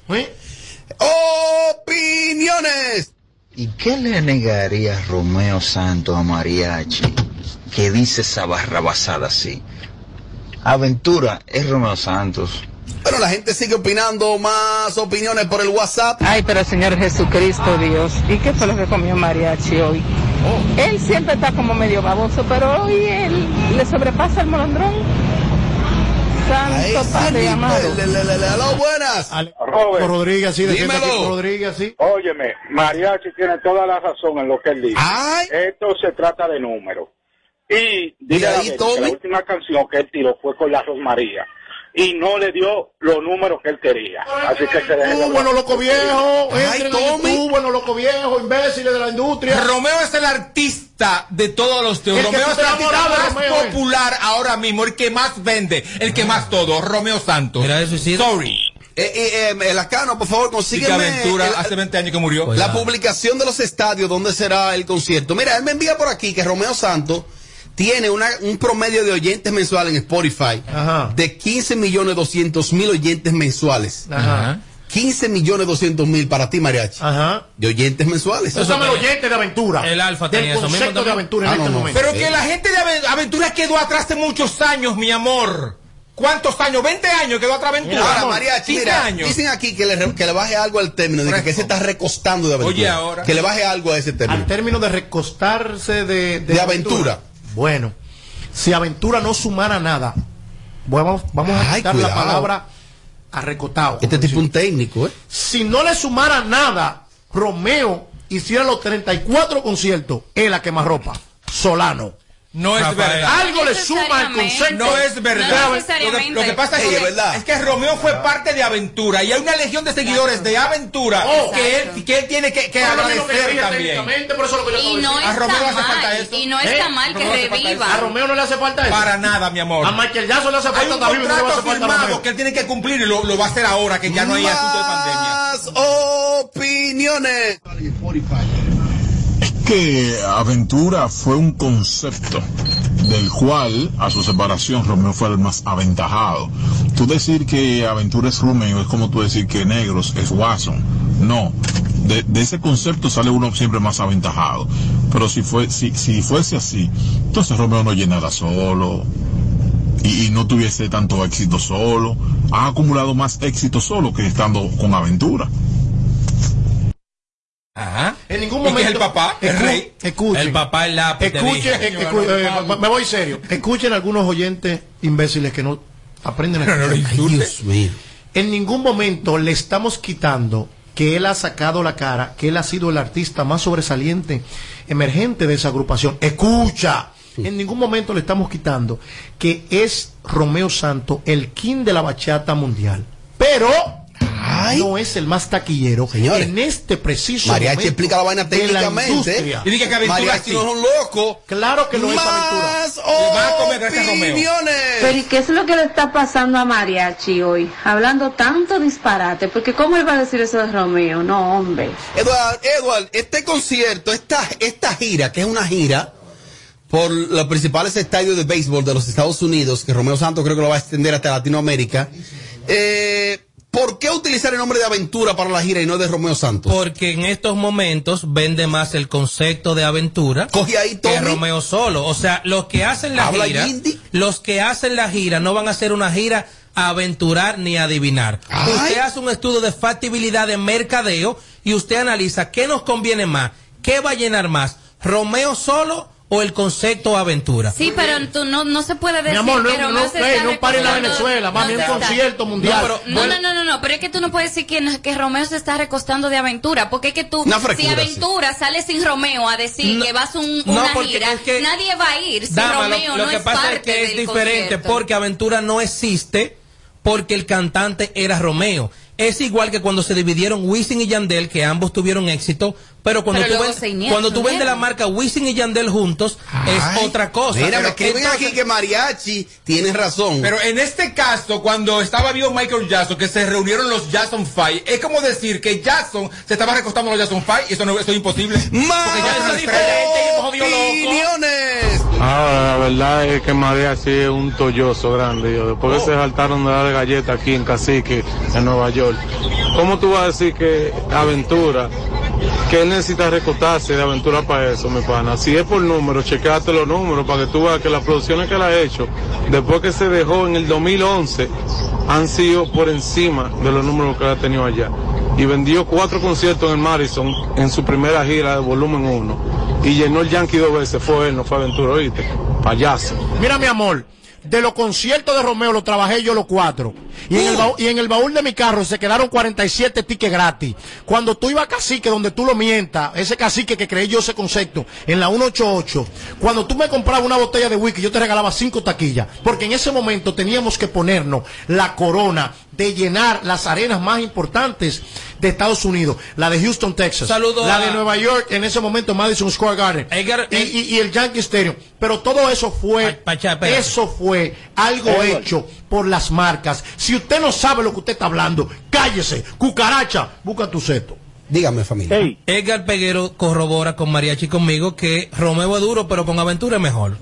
puede. Oh.
¿Sí?
Opiniones.
¿Y qué le negaría Romeo Santos a Mariachi que dice esa barrabasada así? Aventura es Romeo Santos.
Pero la gente sigue opinando más opiniones por el WhatsApp.
Ay, pero Señor Jesucristo Dios, ¿y qué fue lo que comió Mariachi hoy? Él siempre está como medio baboso, pero hoy él le sobrepasa el molondrón. Santo Padre amado.
Aló, buenas.
Alejandro Rodríguez, sí, defiende a
Dímelo.
Kiko Rodríguez, sí.
Óyeme, Mariachi tiene toda la razón en lo que él dice. Esto se trata de números. Y dile a la gente que la última canción que él tiró fue con la Rosmaría. Y no le dio los números que él quería. Así que se deje de
Tú,
hablar.
bueno, loco viejo,
Ay,
entren en
Tommy.
YouTube, bueno, loco viejo, imbéciles de la industria.
Romeo es el artista de todos los
El
teos.
que
Romeo
tú
es el
te
artista
enamorabas,
más
Romeo, eh.
popular ahora mismo, el que más vende, el que más todo. Romeo Santos. Ah. Era de suicidio. Sorry.
Eh, eh, eh, Lacano, por favor,
Chica
consígueme
Aventura
el-
hace 20 años que murió.
La publicación de los estadios donde será el concierto. Mira, él me envía por aquí que Romeo Santos tiene una- un promedio de oyentes mensuales en Spotify de 15 millones 200 mil oyentes mensuales.
Ajá.
15 millones 200 mil para ti, Mariachi. De oyentes mensuales.
Eso sabe el oyente de aventura. El alfa
tenía
Del
eso mismo
concepto de
también.
aventura en
Ah,
este
no, no.
momento.
Pero que la gente de Ave- Aventura quedó atrás hace muchos años, mi amor. ¿Cuántos años? ¿20 años quedó atrás Aventura?
Ahora, Mariachi,
15
mira,
años.
dicen aquí que le, re- que le baje algo al término, de que, que se está recostando de aventura.
Oye, ahora.
Que le baje algo a ese término.
Al término de recostarse de,
De aventura.
Bueno, si aventura no sumara nada, vamos, vamos a
Ay,
quitar la
cuidado.
palabra arrecotado.
Este tipo es un técnico, ¿eh?
Si no le sumara nada, Romeo hiciera los 34 conciertos, él la quemarropa, Solano.
No es
Rafael.
verdad.
Algo le suma al concepto.
No es verdad.
No
lo, que,
necesariamente.
lo que pasa es,
Ey,
que,
es verdad.
es que Romeo fue parte de Aventura y hay una legión de seguidores de Aventura
Oh.
que, él, que él tiene que, que
Fue Ah, lo mismo que
agradecer
quería
también.
técnicamente, por eso lo que yo
Y
acabo de
no
decir.
está mal, y no está mal
a
que
Romeo le hace falta
reviva.
eso. A Romeo no le hace falta eso.
Para nada, mi amor.
A Michael Jackson le hace
Hay
falta
un
también, no le
contrato
hace falta a
firmado
Romeo.
que él tiene que cumplir y lo, lo va a hacer ahora, que ya no hay asunto de pandemia.
Más opiniones.
que Aventura fue un concepto del cual a su separación Romeo fue el más aventajado. Tú decir que Aventura es Romeo es como tú decir que Negros es Watson. No, de, de ese concepto sale uno siempre más aventajado. Pero si, fue, si, si fuese así, entonces Romeo no llenara solo y, y no tuviese tanto éxito solo. Ha acumulado más éxito solo que estando con Aventura.
Ajá.
En
¿Y
ningún
que
momento.
es el papá, el
Escu-
rey.
Escuchen.
El papá es la
Escuchen, escu- eh, me- me voy serio. Escuchen algunos oyentes imbéciles que no aprenden a escuchar. En ningún momento le estamos quitando que él ha sacado la cara, que él ha sido el artista más sobresaliente, emergente de esa agrupación. Escucha. En ningún momento le estamos quitando que es Romeo Santo el king de la bachata mundial. Pero no es el más taquillero en este preciso
Mariachi
momento
explica la vaina
de
técnicamente,
industria.
¿eh? Y dice que Aventura Mariachi sí. no es un loco.
Claro que no es Aventura.
Más
Le va a comer gracias a Romeo.
Pero ¿y qué es lo que le está pasando a Mariachi hoy? Hablando tanto disparate, porque ¿cómo él va a decir eso de Romeo? No, hombre.
Eduard, Eduard, este concierto, esta, esta gira, que es una gira por los principales estadios de béisbol de los Estados Unidos, que Romeo Santos creo que lo va a extender hasta Latinoamérica, eh, ¿por qué utilizar el nombre de Aventura para la gira y no de Romeo Santos?
Porque en estos momentos vende más el concepto de aventura que Romeo solo. O sea, los que hacen la
Habla
gira,
hindi.
los que hacen la gira no van a hacer una gira a aventurar ni a adivinar. Usted hace un estudio de factibilidad de mercadeo y usted analiza qué nos conviene más, qué va a llenar más, Romeo solo o el concepto aventura.
Sí, pero tú no, no se puede decir
Mi amor, no-
que
no-
Romeo se
no, eh,
está
no pare la
recostando-
Venezuela, más
no
bien
se está-
concierto mundial.
No,
pero-
no,
bueno.
no, no, no, pero es que tú no puedes decir que, que Romeo se está recostando de aventura, porque es que tú,
Una frescura,
si aventura sale sin Romeo a decir
No,
que vas a un,
no,
una
porque
gira,
es que-
nadie va a ir si
Dama, lo-
Romeo
lo,
no
que
es
pasa
parte
es que es
del
diferente
concierto.
porque Aventura no existe porque el cantante era Romeo. Es igual que cuando se dividieron Wisin y Yandel, que ambos tuvieron éxito, pero cuando
Pero
tú,
luego
ven-
se unieron,
cuando tú vendes
unieron.
la marca Wisin y Yandel juntos, es otra cosa.
mira, me
que
escriben aquí que
Mariachi tiene razón.
Pero en este caso, cuando estaba vivo Michael Jackson, que se reunieron los Jackson Five, es como decir que Jackson se estaba recostando a los Jackson Five y eso, no, eso es imposible. Porque Jackson es una estrella.
Ah, la verdad es que María sí es un tolloso grande. Yo. Después que se saltaron de dar galleta aquí en Cacique, en Nueva York. ¿Cómo tú vas a decir que Aventura, que él necesita recortarse de Aventura para eso, mi pana? Si es por números, chequeate los números para que tú veas que las producciones que él ha hecho, después que se dejó en el 2011, han sido por encima de los números que él ha tenido allá. Y vendió cuatro conciertos en el Madison en su primera gira de volumen 1 y llenó el Yankee dos veces. Fue él, no fue Aventura, oíste. Payaso.
Mira, mi amor, de los conciertos de Romeo lo trabajé yo los cuatro. Y, en el
Uh.
baú- y en el baúl de mi carro se quedaron 47 tickets gratis. Cuando tú ibas a Cacique, donde tú lo mientas, ese cacique que creí yo ese concepto, en la 188, cuando tú me comprabas una botella de whisky, yo te regalaba cinco taquillas. Porque en ese momento teníamos que ponernos la corona de llenar las arenas más importantes de Estados Unidos. La de Houston, Texas.
Saludo
la
a-
de Nueva York, en ese momento Madison Square Garden.
Edgar,
y, y- y el Yankee Stadium. Pero todo eso fue
espérate.
eso fue algo
Edward.
hecho por las marcas. Si usted no sabe lo que usted está hablando, cállese. Cucaracha, busca tu seto.
Dígame, familia.
Edgar Peguero corrobora con Mariachi conmigo que Romeo es duro, pero con Aventura es mejor.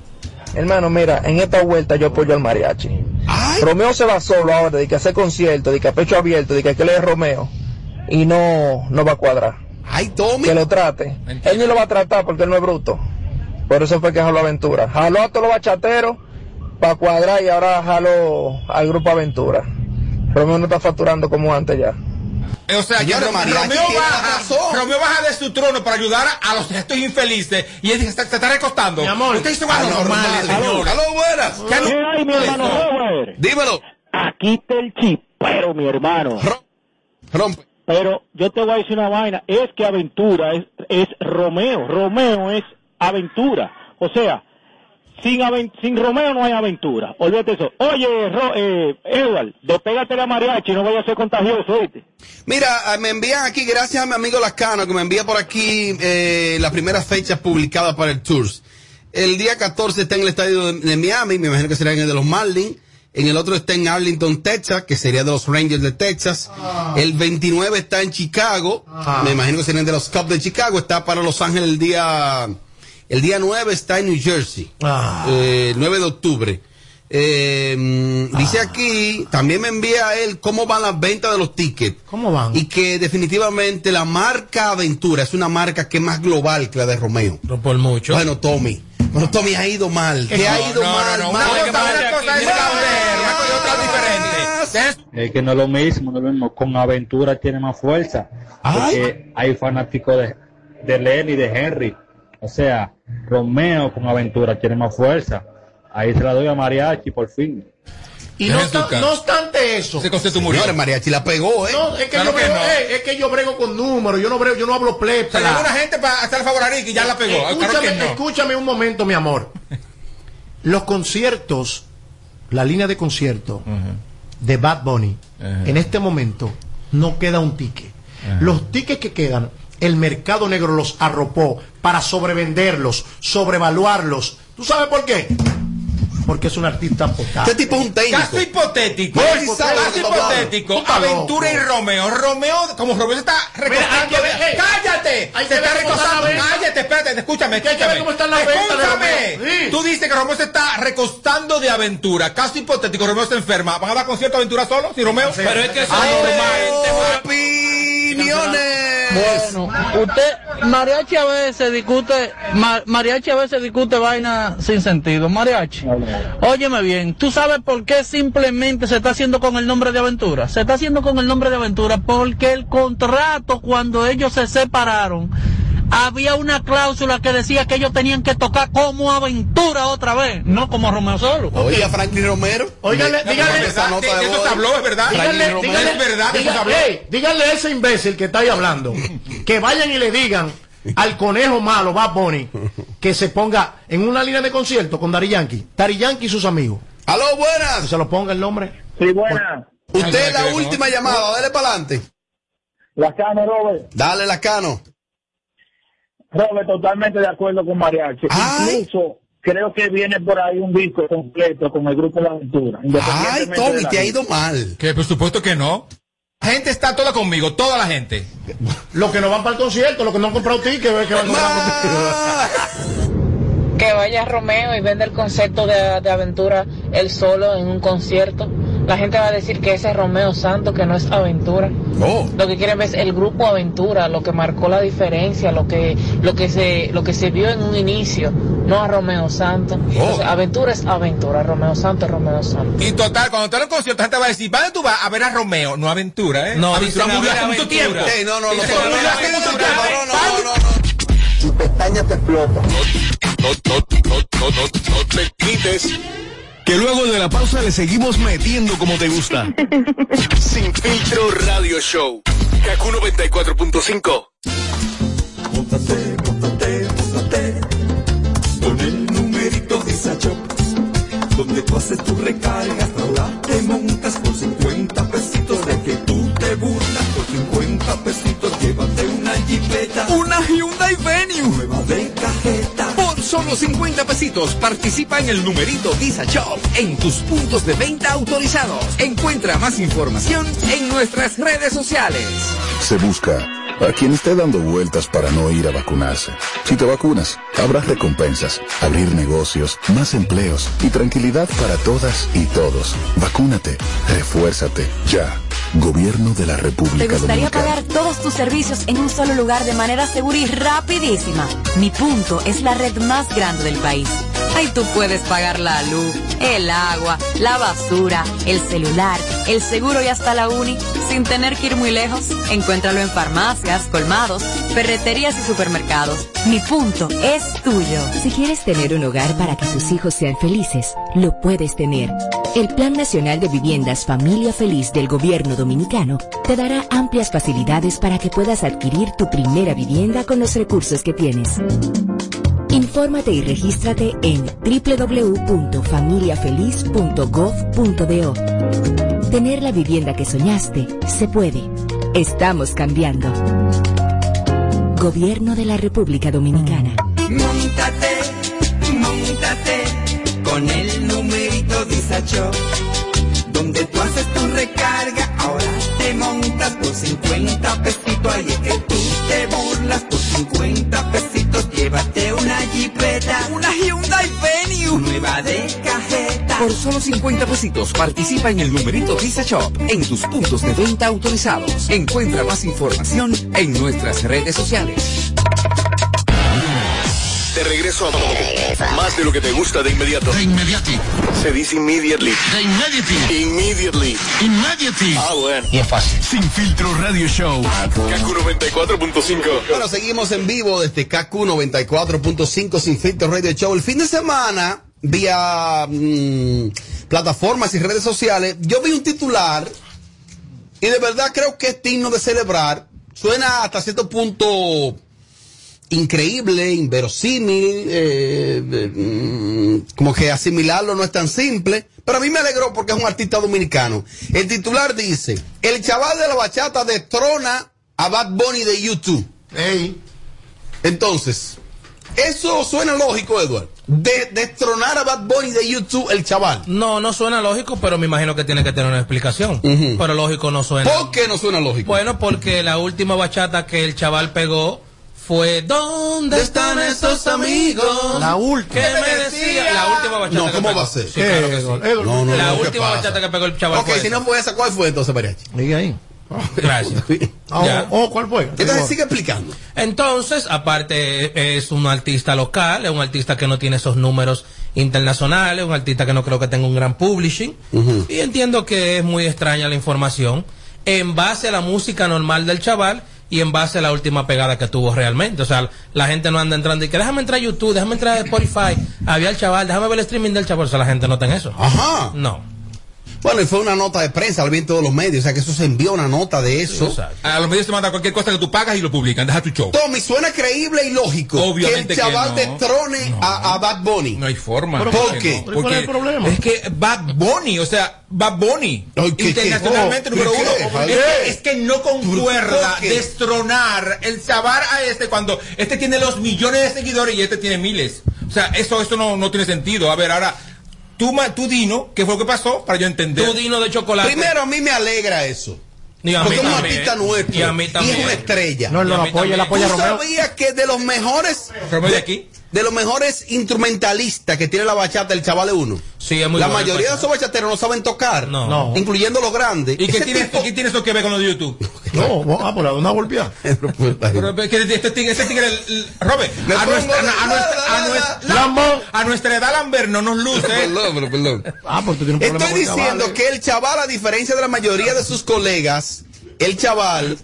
Hermano, mira, en esta vuelta yo apoyo al mariachi. Romeo se va solo ahora, de que hace concierto, de que a pecho abierto, de que aquel es Romeo. Y no, no va a cuadrar.
Ay, Tommy.
Que lo trate. Él ni lo va a tratar porque él no es bruto. Por eso fue que jaló Aventura. Jaló a todos los bachateros para cuadrar y ahora jaló al grupo Aventura. Romeo no está facturando como antes ya.
O sea, que Rom- Romeo, baja, Romeo baja de su trono para ayudar a los gestos infelices y él se está, se está recostando. Mi amor, Ustedes son anormales, señor.
buenas.
¿Qué
hay, mi hermano Robert?
Dímelo.
Aquí está el chipero, mi hermano.
Rompe.
Pero yo te voy a decir una vaina. Es que Aventura es, es Romeo. Romeo es Aventura. O sea, sin, aven- sin Romeo no hay aventura. Olvídate eso. Oye, Ro eh, Edward, despégate la mariachi, no vaya a ser contagioso, ¿oíste?
Mira, ah, me envían aquí, gracias a mi amigo Lascano, que me envía por aquí eh, las primeras fechas publicadas para el Tours. El día 14 está en el estadio de, de Miami, me imagino que será en el de los Marlins. En el otro está en Arlington, Texas, que sería de los Rangers de Texas. El 29 está en Chicago, me imagino que sería de los Cubs de Chicago. Está para Los Ángeles el día, el día 9 está en New Jersey, eh, 9 de octubre. Eh, Dice aquí, también me envía él cómo van las ventas de los tickets.
¿Cómo van?
Y que definitivamente la marca Aventura es una marca que es más global que la de Romeo.
No por mucho.
Bueno, Tommy. Bueno, Tommy ha ido mal. Que ha ido mal. mal.
Una cosa es Gabriel, una cosa- otra diferente.
Es que no es lo mismo, no es lo mismo. Con Aventura tiene más fuerza. Porque hay fanáticos de, de Lenny y de Henry. O sea, Romeo con Aventura tiene más fuerza. Ahí se la doy a Mariachi, por fin.
Y no, obsta- no obstante eso.
Ese concepto murió.
Señores, Mariachi la pegó, ¿eh?
No, es que,
Claro
yo,
que
brego,
no.
eh, es que yo brego con números, yo no brego, yo no hablo plebe.
Se llevó una gente para hacer el favor a Ricky y ya la pegó. Ah, Claro que
Escúchame,
no.
escúchame un momento, mi amor. Los conciertos, la línea de concierto de Bad Bunny, en este momento no queda un ticket. Los tickets que quedan, el mercado negro los arropó para sobrevenderlos, sobrevaluarlos. ¿Tú sabes por qué? Porque es un artista potable.
Este tipo es un técnico.
Caso hipotético.
Muy
Caso
hipotético, Pablo.
hipotético.
Puta
Aventura y
loco.
Romeo. Romeo, como Romeo se está
hay
recostando.
que ver, eh,
¡Cállate!
hay que
Se
ver
está
cómo está
recostando.
la venta.
Cállate, espérate, escúchame.
Que hay que ver
escúchame.
cómo están las ventas de
Escúchame.
Romeo. Sí.
Tú dices que Romeo se está recostando de aventura. Caso hipotético, Romeo se enferma. ¿Van a dar concierto a aventura solo? sin Romeo.
Pero es que eso
Ah,
es
Opiniones.
Usted, mariachi a veces discute, ma- mariachi a veces discute vaina sin sentido. Mariachi, óyeme bien, ¿tú sabes por qué simplemente se está haciendo con el nombre de aventura? Se está haciendo con el nombre de aventura porque el contrato cuando ellos se separaron había una cláusula que decía que ellos tenían que tocar como aventura otra vez, no como Romeo solo.
Oye, a Franklin Romero.
Óigale,
Me-
dígale- ah,
me- esa nota de
Eso se
voz.
habló, es verdad. Díganle,
Franklin
díganle-
Romero.
diga- Ey, díganle a ese imbécil que está ahí hablando que vayan y le digan al conejo malo, Bad Bunny, que se ponga en una línea de concierto con Dari Yankee. Dari Yankee y sus amigos.
¡Aló, buenas!
Que se lo ponga el nombre.
Sí, buenas.
Usted es la última llamada, dale para adelante.
La Cano, Robert.
Dale la Cano.
Robert, totalmente de acuerdo con Mariachi. Incluso creo que viene por ahí un disco completo con el grupo La Aventura.
Ay,
independientemente de la gente.
mal.
Que por supuesto que no. La gente está toda conmigo, toda la gente.
Los que no van para el concierto, los que no han comprado tickets, que van a comprar
Que vaya Romeo y venda el concepto de, de aventura él solo en un concierto. La gente va a decir que ese es Romeo Santo, que no es aventura. Lo que quieren ver es el grupo Aventura, lo que marcó la diferencia, lo que, lo que, se, lo que se vio en un inicio, no a Romeo Santo. Entonces, aventura es aventura, Romeo Santo es Romeo Santo.
Y total, cuando tú en un concierto, la gente va a decir, ¿dónde tú vas? A ver a Romeo, no a Aventura, ¿eh?
No,
Aventura
dicen a
murió
ver
hace
a
mucho
Aventura.
tiempo.
Ey, no, no,
Y
no,
se
no,
murió
no,
hace
no,
mucho
no,
tiempo.
no, no,
Vale.
Tu pestaña te explota. No, no, no, no, no, no te quites.
Que luego de la pausa le seguimos metiendo como te gusta.
Sin filtro radio show. Kaku 94.5. Póntate, póntate, póntate. Con el numerito Visa Shop. Donde tú haces tu recarga, ahora te montas por 50 pesitos. De que tú te burlas por 50 pesitos. Llévate una jipeta.
Una Hyundai Venue.
Nueva de cajeta.
Por solo 50 pesitos participa en el numerito Visa Shop en tus puntos de venta autorizados. Encuentra más información en nuestras redes sociales.
Se busca a quien esté dando vueltas para no ir a vacunarse. Si te vacunas, habrá recompensas, abrir negocios, más empleos y tranquilidad para todas y todos. Vacúnate, refuérzate, ya. Gobierno de la
¿Te
República
gustaría
Dominicana.
pagar todos tus servicios en un solo lugar de manera segura y rapidísima? Mi punto es la red más grande del país. Ahí tú puedes pagar la luz, el agua, la basura, el celular, el seguro y hasta la uni sin tener que ir muy lejos. Encuéntralo en farmacias, colmados, ferreterías y supermercados. Mi punto es tuyo.
Si quieres tener un hogar para que tus hijos sean felices, lo puedes tener. El Plan Nacional de Viviendas Familia Feliz del Gobierno Dominicano te dará amplias facilidades para que puedas adquirir tu primera vivienda con los recursos que tienes. Infórmate y regístrate en www.familiafeliz.gov.do. Tener la vivienda que soñaste se puede. Estamos cambiando. Gobierno de la República Dominicana.
Montate, montate con el numerito Disacho. Donde tú haces tu recarga, ahora te montas por 50 pesitos. Ahí es que tú te burlas por 50 pesitos. Llévate una jipeta, una Hyundai Venue, nueva de cajeta.
Por solo 50 pesitos participa en el numerito Visa Shop en tus puntos de venta autorizados. Encuentra más información en nuestras redes sociales.
Te regreso a más de lo que te gusta de inmediato. De inmediati. Se dice immediately. De inmediati. Immediately. Immediately. Ah, bueno. Y es fácil. Sin filtro radio show. Kaku 94.5.
Bueno, seguimos en vivo desde KQ 94.5 Sin Filtro Radio Show. El fin de semana, vía mm, plataformas y redes sociales, yo vi un titular y de verdad creo que es digno de celebrar. Suena hasta cierto punto increíble, inverosímil, eh, eh, mm, como que asimilarlo no es tan simple, pero a mí me alegró porque es un artista dominicano. El titular dice, el chaval de la bachata destrona a Bad Bunny de YouTube. Entonces, eso suena lógico, Edward. De destronar a Bad Bunny de YouTube, el chaval.
No, no suena lógico, pero me imagino que tiene que tener una explicación. Pero lógico no suena.
¿Por qué no suena lógico?
Bueno, porque la última bachata que el chaval pegó fue ¿Dónde están esos amigos?
La última.
Que me decía la última bachata.
No,
que
¿cómo
pegó.
va a ser?
Sí, claro que sí.
No, no,
la
no, ¿qué
última
pasa?
bachata que pegó el chaval
Ok,
fue
si
esa.
no fue esa, ¿cuál fue entonces, Mariachi?
Diga ahí.
Gracias. Ya.
Oh, ¿cuál fue?
Entonces sigue explicando.
Entonces, aparte, es un artista local, es un artista que no tiene esos números internacionales, un artista que no creo que tenga un gran publishing. Y entiendo que es muy extraña la información en base a la música normal del chaval y en base a la última pegada que tuvo realmente. O sea, la gente no anda entrando y que déjame entrar a YouTube, déjame entrar a Spotify, había el chaval, déjame ver el streaming del chaval. O sea, la gente no está en eso.
Ajá.
No.
Bueno, y fue una nota de prensa, al vi en todos los medios, o sea que eso se envió una nota de eso.
A los medios te mandan cualquier cosa que tú pagas y lo publican. Deja tu show.
Tommy, suena creíble y lógico
Obviamente
que el chaval
que no.
destrone a, a Bad Bunny.
No hay forma.
¿Por
Porque
qué?
no.
¿Pero cuál es el
Porque
problema?
Es que Bad Bunny, o sea, Bad Bunny,
qué?
internacionalmente número
¿Qué?
uno.
¿Por
Es,
qué?
es que no concuerda
¿Por qué?
destronar el sabar a este cuando este tiene los millones de seguidores y este tiene miles. O sea, eso, eso no, no tiene sentido. A ver, ahora, tú, ma- tú Dino, ¿qué fue lo que pasó? Para yo entender.
Tú, Dino, de chocolate.
Primero a mí me alegra eso.
Y a
porque
mí
es un
también.
artista nuestro.
Y a mí también.
es una estrella.
No, él no Y a mí la apoya, él también. apoya a
¿Tú
Romeo.
sabías que de los mejores.
Romeo de
de-
aquí.
De los mejores instrumentalistas que tiene la bachata, el chaval de uno.
Sí, es muy
La
bueno el
mayoría de
pues.
chaval.
esos bachateros no saben tocar.
No. No.
Incluyendo los grandes.
¿Y qué
Ese
tiene,
tipo-
qué tiene eso que ver con lo de YouTube?
No, vos- ah, por la de una golpeada.
pues,
Pero, pero, que este tigre, este tigre, el- el- Robert,
Me
a
pongo
nuestra,
de
a nuestra, a
lado,
nuestra, a nuestra edad Lambert no nos luce.
perdón, perdón.
Ah, pues tú tienes un problema
Estoy
con el eh.
diciendo que el chaval, a diferencia de la mayoría de sus colegas, el chaval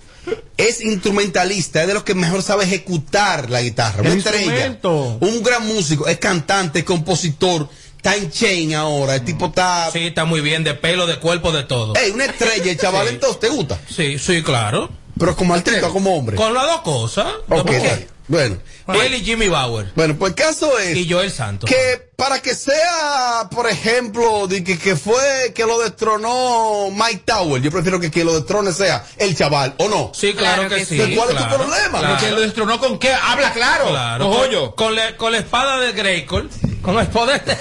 es instrumentalista, es de los que mejor sabe ejecutar la guitarra. Una
El
estrella,
instrumento.
un gran músico, es cantante, es compositor, está en chain ahora, el tipo está...
Sí, está muy bien, de pelo, de cuerpo, de todo.
Ey, una estrella, el chaval,
Sí.
entonces, ¿te gusta?
Sí, sí, claro.
Pero como artista, como hombre.
Con las dos cosas. ¿no? ¿Por
Ok,
qué?
Bueno,
Él y Jimmy Bauer.
bueno, pues el caso es...
Y Joel Santos.
Que para que sea, por ejemplo, de que, que fue que lo destronó Mike Tower, yo prefiero que, que lo destrone sea el chaval, ¿o no?
Sí, claro, que, sí.
¿Cuál es tu
claro,
problema?
claro.
Porque lo destronó con qué? Habla claro.
Claro,
Ojo,
con,
yo.
con la, con la espada de Grayskull, con el poder de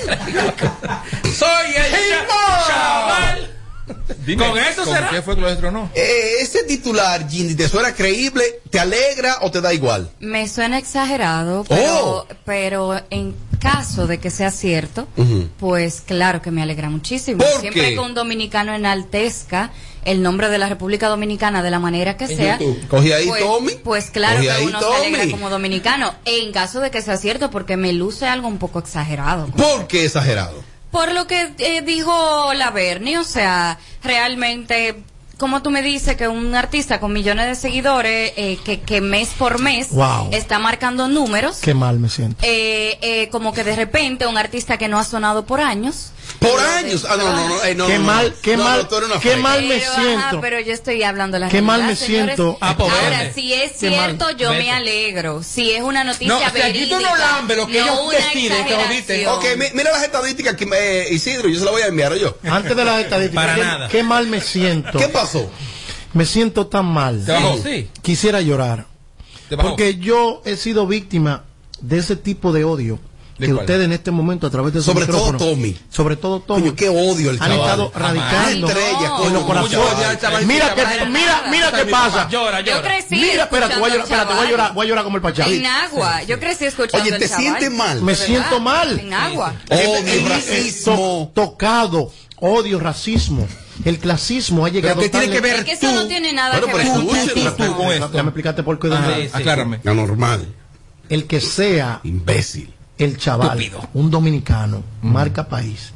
Grayskull. Soy el cha- chaval. con eso
¿con
será.
qué fue que lo destronó?
Eh, ese titular, Ginny, ¿te suena creíble? ¿Te alegra o te da igual?
Me suena exagerado,
Oh.
pero, pero en caso de que sea cierto, pues claro que me alegra muchísimo.
¿Por
Siempre
qué?
que un dominicano enaltezca el nombre de la República Dominicana de la manera que
En
sea.
YouTube. Cogí ahí,
pues,
Tommy.
Pues claro
Cogí
que
ahí,
uno se
Tommy.
alegra como dominicano. En caso de que sea cierto, porque me luce algo un poco exagerado.
¿Por qué exagerado?
Por lo que eh, dijo la Berni, o sea, realmente, como tú me dices que un artista con millones de seguidores, eh, que, que mes por mes
Wow.
está marcando números,
Qué mal me siento.
eh, eh, como que de repente un artista que no ha sonado por años.
Por años. Ah, no, no, no. eh, no,
Qué
no, no.
mal, qué
No,
mal,
no, tú eres una
qué
freca.
mal me
Pero, ajá,
siento.
pero yo estoy hablando la
Qué mal
realidad,
me
señores.
siento. Ah, pues,
Ahora,
vete.
si es
Qué mal.
cierto, yo
Vete.
me alegro. Si es una noticia
No, o sea, aquí
verídica,
tú no lambes lo que
no
ellos
una
deciden, te jodiste.
exageración.
Ok, mi- mira las estadísticas que eh, Isidro, yo se las voy a enviar yo.
Antes de las estadísticas,
Para
qué,
nada.
qué mal me siento.
¿Qué pasó?
Me siento tan mal.
¿Te bajó?
Sí.
Quisiera llorar.
¿Te bajó?
Porque yo he sido víctima de ese tipo de odio
¿De
que
cuál?
ustedes en este momento a través de esos
Sobre todo
micrófonos,
Tommy.
sobre todo Tommy,
Coño, qué odio el
han
chaval.
estado
Jamás.
radicando
Estrella, coño,
en los
mucho odio al
corazones.
chaval.
Mira que
Para
mira
nada.
mira qué
Sabe,
pasa.
llora, llora. Yo
crecí
Mira, espérate, voy a llorar,
escuchando
espérate, voy a
al
llorar, voy a llorar como el pachá.
En agua. Yo crecí escuchando
Oye,
al
¿te
chaval.
sientes mal? Me
¿De
siento
verdad?
mal.
En agua.
Oh,
Odio, racismo. tocado, odio, racismo. El clasismo ha llegado
que
tan lejos.
Es que eso no tiene nada que ver con
Ya
racismo.
me explicaste por qué.
Ajá,
Daniel.
sí. aclárame.
Anormal.
El que sea
imbécil,
el chaval,
Estúpido.
un dominicano, marca país,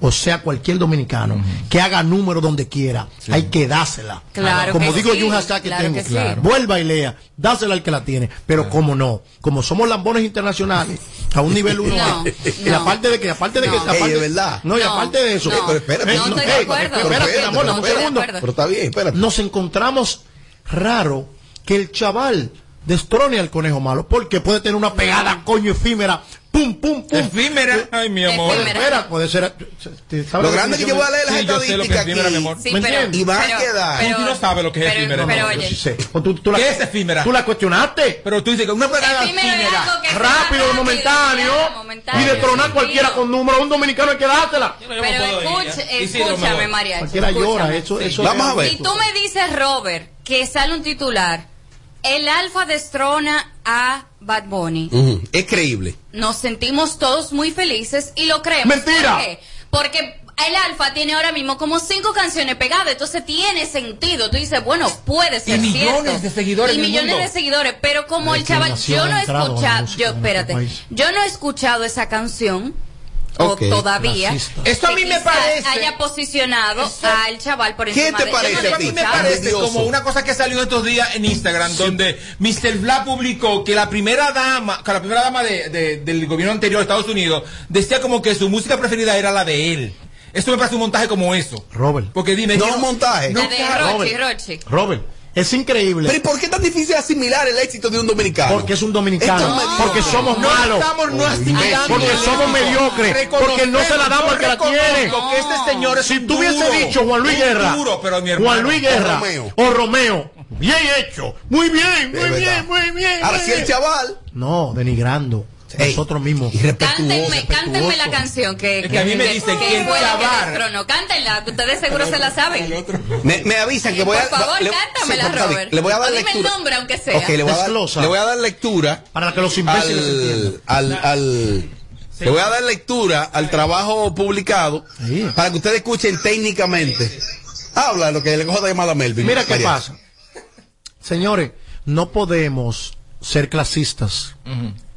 o sea cualquier dominicano que haga número donde quiera, hay que dársela.
Claro
como
que
digo
sí,
yo un hashtag que
claro
tengo,
que sí. Claro.
vuelva y lea, dásela al que la tiene, pero como no, como somos lambones internacionales a un nivel uno,
No,
y
no.
aparte de que aparte de que
No.
aparte-
Ey, es verdad.
no y
No,
aparte de eso,
no. Pero espérame,
Eso
no estoy
ey,
de acuerdo,
espérate,
no estoy de
amor, dame un
acuerdo.
segundo.
Pero está bien, espérate.
Nos encontramos raro que el chaval destrone al conejo malo porque puede tener una pegada coño efímera. Pum, pum, pum.
Efímera. Ay, mi amor.
Puede, espera, puede ser. eh, ¿sabes
Lo grande es que yo voy a leer las
Sí, yo sé lo que
estadísticas
es efímera,
aquí.
mi amor.
Sí,
¿Me
pero-
entiendes?
Y va a pero- quedar. pero- Tú no sabes lo que es pero- efímera, pero no. oye.
Yo sí sé. O tú, tú la,
¿Qué es efímera?
Tú la cuestionaste.
Pero tú dices que una pegada
Efímero es algo que se da
Rápido,
rápido,
momentáneo.
ya, momentáneo,
Y destronar
sí,
cualquiera
sí.
con número. Un dominicano hay que dártela.
Pero escucha, escúchame, María.
Cualquiera llora. Eso, eso
Vamos a ver.
Si tú me dices, Robert, que sale un titular, el alfa destrona a Bad Bunny,
Ujú, Es creíble.
nos sentimos todos muy felices y lo creemos.
Mentira.
¿Por qué? Porque el alfa tiene ahora mismo como cinco canciones pegadas, entonces tiene sentido. Tú dices, bueno, puede ser
Y millones
cierto.
de seguidores
Y
en el
millones
mundo.
de seguidores, pero como
La
el chaval, yo
inclinación
no
ha
he
entrado a la
escuchado,
música
yo,
en nuestro
espérate,
país.
yo no he escuchado esa canción
Ok.
o todavía.
Racista.
que
Eso a mí me
quizás
parece-
haya posicionado al chaval por encima
¿Qué te
de- yo no lo he
parece? a mí me
escuchado.
parece como una cosa que salió estos días en Instagram, donde Mr. Bla publicó que la primera dama, que la primera dama de- de- del gobierno anterior de Estados Unidos decía como que su música preferida era la de él. Esto me parece un montaje como eso.
Robert.
Porque dime.
No
yo-
un montaje.
No,
La de
claro.
Rochi, Rochi.
Robert, es increíble.
Pero ¿y por qué es tan difícil asimilar el éxito de un dominicano?
Porque es un dominicano.
Esto es mediocre.
porque somos
No
malos.
estamos no asimilando
porque
el
somos
éxito.
mediocres. Porque no se la damos al que la
Reconozco,
tiene.
reconozco que este señor es
si
un
tú hubiese
duro,
dicho Juan Luis
un
Guerra,
duro, pero mi hermano,
Juan Luis Guerra
o Romeo.
o Romeo, bien hecho, muy bien, muy
verdad.
bien, muy bien.
Ahora
muy
sí el
bien.
chaval.
No, denigrando. Nosotros mismos.
Cántenme, cántenme la canción que,
Es que a mí me dicen que el
fue la
chavar-
que destronó. Cántenla, ustedes seguro se la saben.
Me, me avisan que voy a.
Por favor,
le-
cántamela,
sí, por favor,
Robert.
Le voy a dar
O dime el
lectura.
nombre, aunque sea.
Ok, le voy a dar, le voy a dar lectura.
Para que los imbéciles entiendan.
al, al, al- Le voy a dar lectura al trabajo publicado para que ustedes escuchen técnicamente. Habla lo que le cojo de llamada a Melvin.
Mira qué
María.
pasa. Señores, no podemos ser clasistas.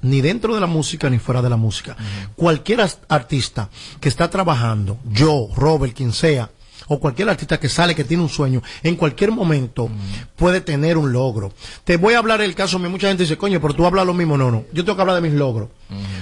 Ni dentro de la música ni fuera de la música. Cualquier as- artista que está trabajando, yo, Robert, quien sea, o cualquier artista que sale, que tiene un sueño, en cualquier momento puede tener un logro. Te voy a hablar el caso mío. Mucha gente dice, coño, pero tú hablas lo mismo. No, no. Yo tengo que hablar de mis logros.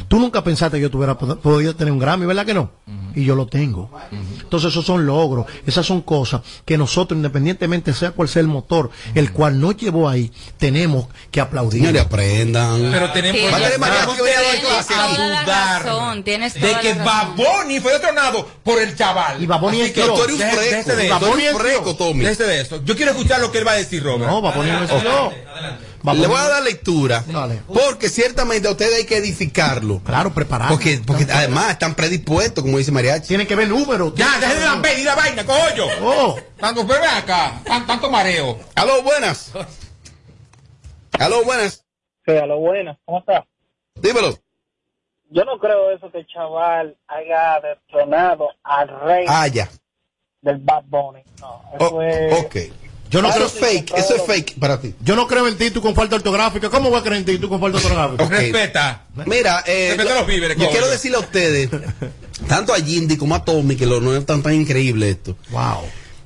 Tú nunca pensaste que yo tuviera pod- podido tener un Grammy, ¿verdad que no? Y yo lo tengo. Entonces esos son logros, esas son cosas que nosotros, independientemente sea cual sea el motor, el cual no llevó ahí, tenemos que aplaudir.
Señores, aprendan.
Pero tenemos
Sí,
Vale,
ya
María,
Ah.
está.
que voy a dar
Tienes
clase a
toda la
dudar
razón, tienes toda
de
la
que
razón.
Baboni fue tronado por el chaval.
Y Baboni
Así
entró.
que tú eres un
Deje-
fresco.
déjese de eso.
Baboni
Tú eres un
entró.
fresco, Tommy.
Déjese de eso. Yo quiero escuchar lo que él va a decir, Robert.
este No, Baboni no
Adelante,
entró.
adelante.
Le voy a dar lectura. Porque ciertamente a ustedes hay que edificarlo.
Claro, prepararlo.
Porque, porque además están predispuestos, como dice Mariachi.
Tienen que ver números.
Ya, dejen de lamber y la vaina, coño.
Oh.
Tanto, pero ven acá. Tan- Tanto mareo.
Aló, buenas. Aló, buenas.
Sí, aló, buenas. ¿Cómo estás?
Dímelo.
Yo no creo eso que el chaval haya destronado al rey
Ah, ya. Oh,
del Bad Bunny. No, eso es...
Ok.
Yo no
Eso
creo
es fake, eso es fake para ti.
Yo no creo en ti, tú con falta ortográfica. ¿Cómo voy a creer en ti, tú con falta ortográfica?
Ok. Respeta. Mira, eh,
Respeta
yo-
los víveres,
yo
coño.
quiero decirle a ustedes, tanto a Jindy como a Tommy, que lo no es tan, tan increíble esto.
Wow.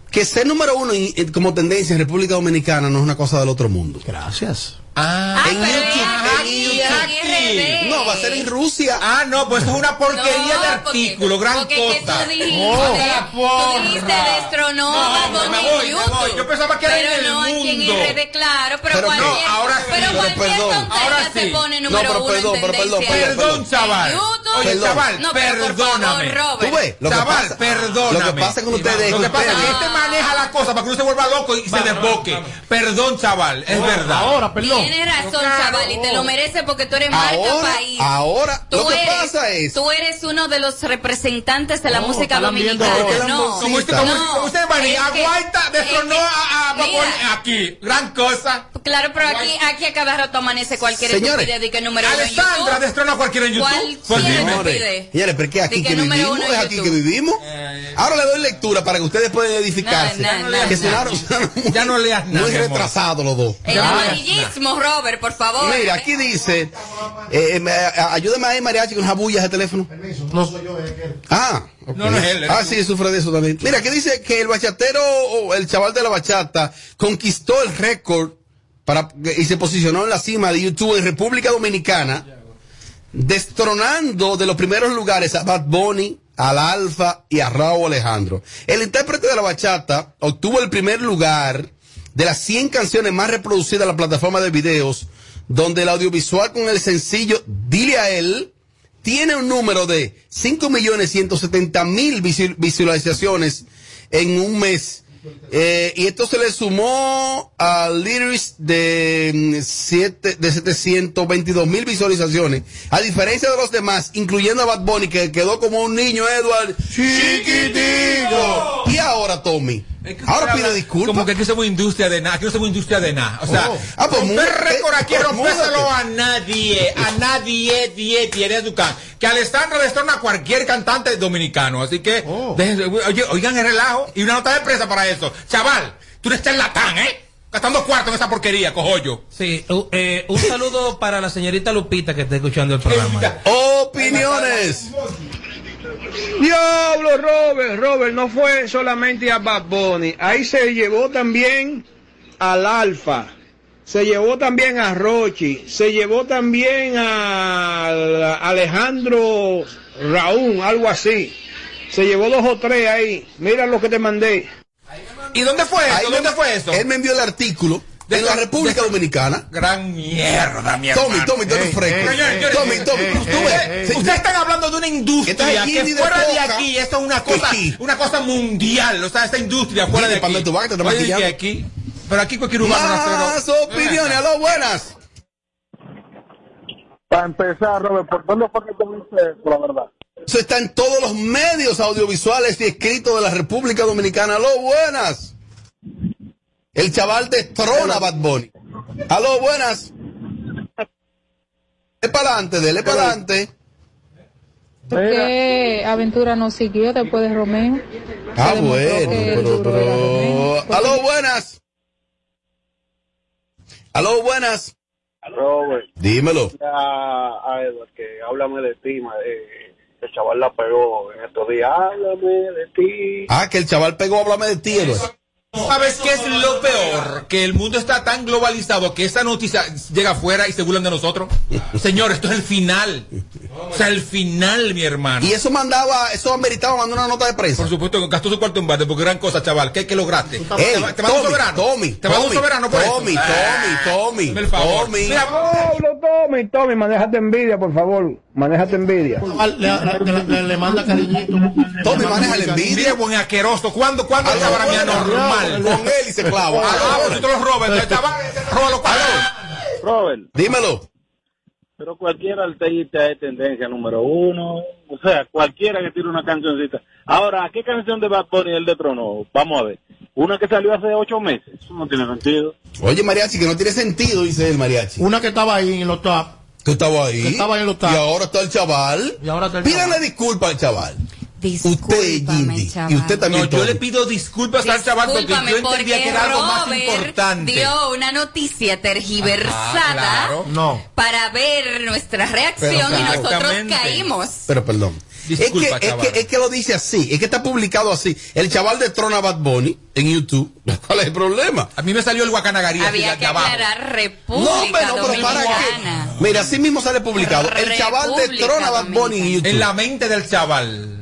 Que ser número uno en- en- como tendencia en República Dominicana no es una cosa del otro mundo.
Gracias.
Ah, en
pero
YouTube,
es
en
aquí,
YouTube.
en RD.
No, va a ser en Rusia.
Ah, no, pues es una porquería
No,
de
porque-
artículo, gran
porque es que
cosa.
tú dijiste,
Oh.
tú dijiste destronó
No,
a Bad
me
Bunny
voy, me
en
voy.
YouTube.
Yo pensaba que era
Pero
en el
no aquí en
mundo.
RD, claro, pero,
Pero no,
cualquier,
ahora sí,
pero
pero
cualquier
perdón.
tontería
Ahora
se
sí.
pone
No,
número
pero
uno
perdón,
en
pero perdón,
tendencia.
perdón, perdón, chaval.
En YouTube,
Oye,
Perdón.
chaval,
No, pero por
perdóname.
favor, Robert.
Tú ves, lo que
chaval,
pasa-
perdóname.
lo que pasa con ustedes es
Lo
que
que pasa es que
ustedes-
este maneja la cosa para que uno se vuelva loco y se desboque. Perdón, chaval, es verdad. Ahora,
Tienes razón, chaval, y te lo mereces porque tú eres marca
Ahora,
país.
ahora,
tú
lo que
eres,
pasa es-
Tú eres uno de los representantes de la música
están viendo
dominicana.
ahora.
No,
Como usted, como,
No,
como usted, Maní,
es que-
aguanta, destronó
es que-
a, a Bad Bunny
mira.
aquí. Gran cosa.
Claro, pero aquí, aquí a cada rato amanece cualquier
Señores,
estupidez de que número uno en
Alessandra
YouTube.
destrona a cualquiera en YouTube.
¿Cuál
Pues
tiene
dime.
estupidez?
Señores, pero es que
Di
aquí
que
que
número
vivimos,
uno en
es aquí que
YouTube.
Eh,
vivimos. Ahora le doy lectura para que ustedes puedan edificarse.
No, no, no,
que
no.
sonaron,
ya no leas
nada. Muy
mi amor.
retrasados los dos.
El amarillismo, Robert, por favor.
Mira, aquí dice, eh, eh, me- a- ayúdame ahí, Mariachi, con jabullas de teléfono.
No soy yo, es que...
Ah, ok.
No, no es él, es
ah,
él.
sí, sufre de eso también. Mira, que dice que el bachatero o el chaval de la bachata conquistó el récord para y se posicionó en la cima de YouTube en República Dominicana, destronando de los primeros lugares a Bad Bunny, al Alfa y a Raúl Alejandro. El intérprete de la bachata obtuvo el primer lugar de las 100 canciones más reproducidas en la plataforma de videos, donde el audiovisual con el sencillo Dile a él tiene un número de 5.170.000 visu- visualizaciones en un mes. Eh, y esto se le sumó al lyrics de, mm, siete- de 722 mil visualizaciones. A diferencia de los demás, incluyendo a Bad Bunny, que quedó como un niño, Edward, chiquitito. Y ahora, Tommy, ahora pide disculpas.
Como que aquí somos industria de nada, aquí no somos industria de nada. O sea,
Ah, pues,
romper
múdate,
récord aquí,
pues,
rompéselo
múdate.
a nadie, a nadie, die, tiene a Ducán. Que Alessandra destrona a cualquier cantante dominicano. Así que,
Oh.
déjense- oye, oigan el relajo y una nota de prensa para eso. Chaval, tú eres charlatán, ¿eh? Gastando cuarto en esa porquería, cojo yo.
Sí, u- eh, un saludo para la señorita Lupita que está escuchando el programa.
Opiniones.
Diablo, Robert, Robert, no fue solamente a Bad Bunny, ahí se llevó también al Alfa, se llevó también a Rochi, se llevó también a Alejandro Raúl, algo así, se llevó dos o tres ahí, mira lo que te mandé.
¿Y dónde fue
Ahí me- Él me envió el artículo de la República Dominicana.
Gran mierda, mi hermano.
Tommy, Tommy, tú eres
Ey,
fresco.
ey, ey,
Tommy,
ey,
Tommy,
ey,
tú
ey,
ves,
ey,
se-
Ustedes están hablando de una industria
Esta es
que
Gini de
fuera de,
Coca.
aquí, esto es una cosa, una cosa mundial. O sea, esta industria fuera de
Gini,
aquí.
panda tu vaca, te está
Oye,
maquillando.
que aquí, pero aquí cualquier humano
Más opiniones, a dos buenas.
Para empezar, Robert, ¿por dónde fue que tú viste eso, la verdad?
Eso está en todos los medios audiovisuales y escritos de la República Dominicana. Aló, buenas. El chaval destrona a Bad Bunny. Aló, buenas. Es para adelante, dele para adelante.
Porque Aventura no siguió después de Romeo.
Ah, bueno, pero, pero. Aló, buenas. Aló, buenas.
Robert.
Dímelo.
A, a Edward, que háblame de ti, ma- eh, el chaval la pegó en estos días. Háblame de ti.
Ah, que el chaval pegó, háblame de ti, Eduardo.
¿Sabes qué es lo peor? Que el mundo está tan globalizado que esa noticia llega afuera y se burlan de nosotros. Señor, esto es el final. O sea, el final, mi hermano.
Y eso mandaba, eso ameritaba mandar una nota de prensa.
Por supuesto, gastó su cuarto en bate, porque gran cosa, chaval. ¿Qué, qué lograste?
Ey,
te va- te mando un
Tommy,
soberano.
Tommy,
te mando un
Tommy,
soberano por
Tommy, Tommy,
eso. Ah,
Tommy,
hazme el favor.
Tommy.
Mira,
Pablo, Tommy, Tommy, manejate envidia, por favor. Manejate envidia.
Le, le- le manda cariñito.
Tome, maneja la envidia.
buen asqueroso. ¿Cuándo, cuándo el chaval es normal?
Con él y se clava.
Ah, pues tú te lo robas. entonces, chaval, roba los cuadros.
Robert.
Dímelo.
Pero cualquier alterita es tendencia número uno. O sea, cualquiera que tire una cancioncita. Ahora, ¿a ¿qué canción de Bad Bunny él detronó? Vamos a ver. Una que salió hace ocho meses. Eso no tiene sentido.
Oye, mariachi, que no tiene sentido, dice el mariachi.
Una que estaba ahí en los top.
Tú estabas ahí.
Que estaba en los top.
Y ahora está el chaval. Y ahora está el Pídale disculpas al chaval. Usted, Gindi,
chaval.
y usted también.
No, yo le
Tommy.
pido disculpas al chaval porque yo
Discúlpame,
entendía que
porque
era algo más
Robert
importante. Ah,
dio una noticia
Ah,
tergiversada
No.
para ver nuestra
Pero,
reacción
claro.
y nosotros
Exactamente.
caímos.
Pero perdón.
Disculpa,
es, que, es,
chaval.
que, es que lo dice así, es que está publicado así. El chaval de Trona Bad Bunny en YouTube. ¿Cuál es el problema?
A mí me salió el guacanagaría.
Había que aclarar República
No, pero- pero ¿para qué?
Dominicana.
Mira, así mismo sale publicado. El chaval de
República
Trona Bad Bunny en YouTube.
En la mente del chaval.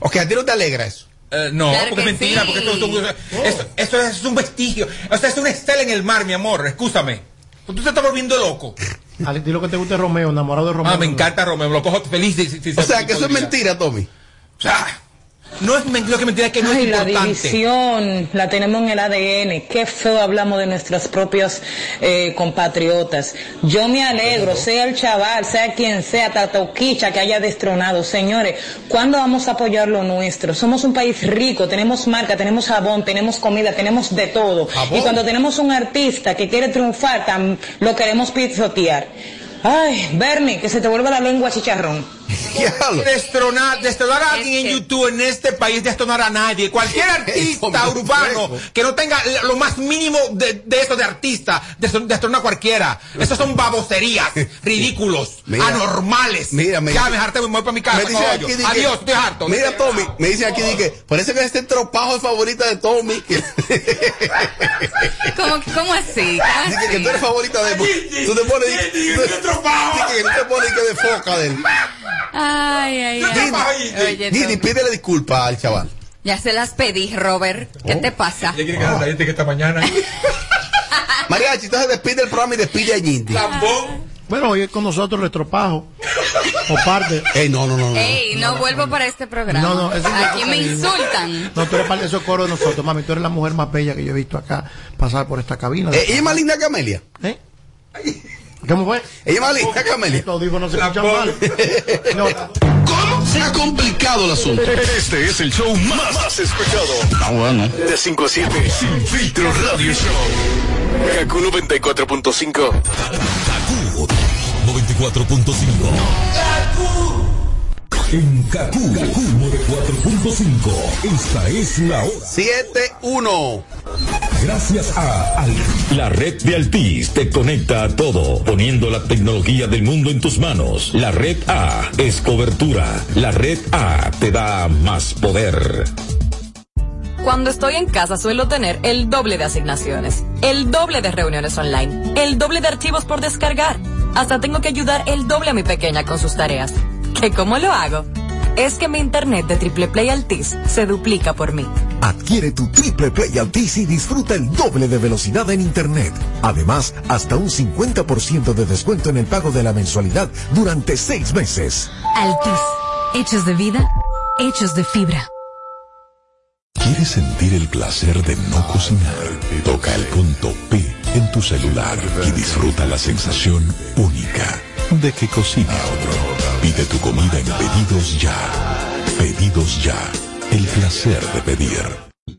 Ok, a ti no te alegra eso.
Eh, no,
Claro
porque es
que
mentira,
sí.
porque esto, esto- esto- esto es un vestigio. O sea, es una estela en el mar, mi amor, escúchame. Tú te estás volviendo loco.
Ale, di lo que te guste Romeo, enamorado de Romeo.
Ah, me encanta Romeo, me lo cojo feliz. si- si- si
O sea, que eso es
olvida.
mentira, Tommy.
O sea, no es men- lo que mentira es que no
Ay,
es
la
importante.
división la tenemos en el ADN. Qué feo hablamos de nuestras propias eh, compatriotas. Yo me alegro, sea el chaval, sea quien sea, Tatauquicha que haya destronado. Señores, ¿cuándo vamos a apoyar lo nuestro? Somos un país rico, tenemos marca, tenemos jabón, tenemos comida, tenemos de todo.
¿Jabón?
Y cuando tenemos un artista que quiere triunfar, tam- lo queremos pisotear. Ay, Bernie, que se te vuelva la lengua chicharrón.
Destronar, destronar a alguien en YouTube en este país, destronar a nadie. Cualquier artista urbano que no tenga l- lo más mínimo de, de eso de artista, destron- destrona a cualquiera. Esas son baboserías, ridículos,
Mira,
anormales.
mira, me-
ya me harté, me voy para mi casa.
Me dice
caballo.
aquí, di que-
Adiós, estoy harto.
Mira, Tommy, me dice aquí, di que, parece que este es tropajo favorita de Tommy. que-
¿Cómo, cómo así? ¿Cómo
Dice que tú eres favorita de Tú te pones. Dice que tú te pones que de foca de él.
Ay, ay, ay. Oye,
Didi,
Tommy,
pídele disculpas al chaval.
ya se las pedí, Robert.
Oh.
¿Qué te pasa?
que esta mañana.
Ah. Mariachi, entonces despide el programa y despide a Gindi.
Bueno, hoy es con nosotros Retropajo. O parte.
Ey, no, no, no.
Ey, no vuelvo para este programa.
No, no, eso es
Aquí
una
me
cosa linda.
insultan.
No, tú eres parte de esos coros de nosotros, mami. Tú eres la mujer más bella que yo he visto acá pasar por esta cabina.
Eh, ¿Ella es más linda que Amelia?
¿Eh? ¿Cómo fue?
Ella es más linda que Amelia.
Los audífonos se escuchan mal. No,
¿Cómo? Se ha complicado el asunto.
Este es el show más, más escuchado.
Ah, bueno.
De 5 a 7. Sin filtro radio show. Kaku 94.5.
94.5. En Kaku, Kaku 94.5. Esta es la hora.
7-1.
Gracias a Altis. La red de Altis te conecta a todo, poniendo la tecnología del mundo en tus manos. La red A es cobertura. La red A te da más poder.
Cuando estoy en casa suelo tener el doble de asignaciones, el doble de reuniones online, el doble de archivos por descargar. Hasta tengo que ayudar el doble a mi pequeña con sus tareas. ¿Que cómo lo hago? Es que mi internet de Triple Play Altis se duplica por mí.
Adquiere tu Triple Play Altis y disfruta el doble de velocidad en Internet. Además, hasta un 50% de descuento en el pago de la mensualidad durante seis meses.
Altis, hechos de vida, hechos de fibra.
¿Quieres sentir el placer de no cocinar? Toca el punto P en tu celular y disfruta la sensación única de que cocina otro. Pide tu comida en Pedidos Ya. Pedidos Ya. El placer de pedir.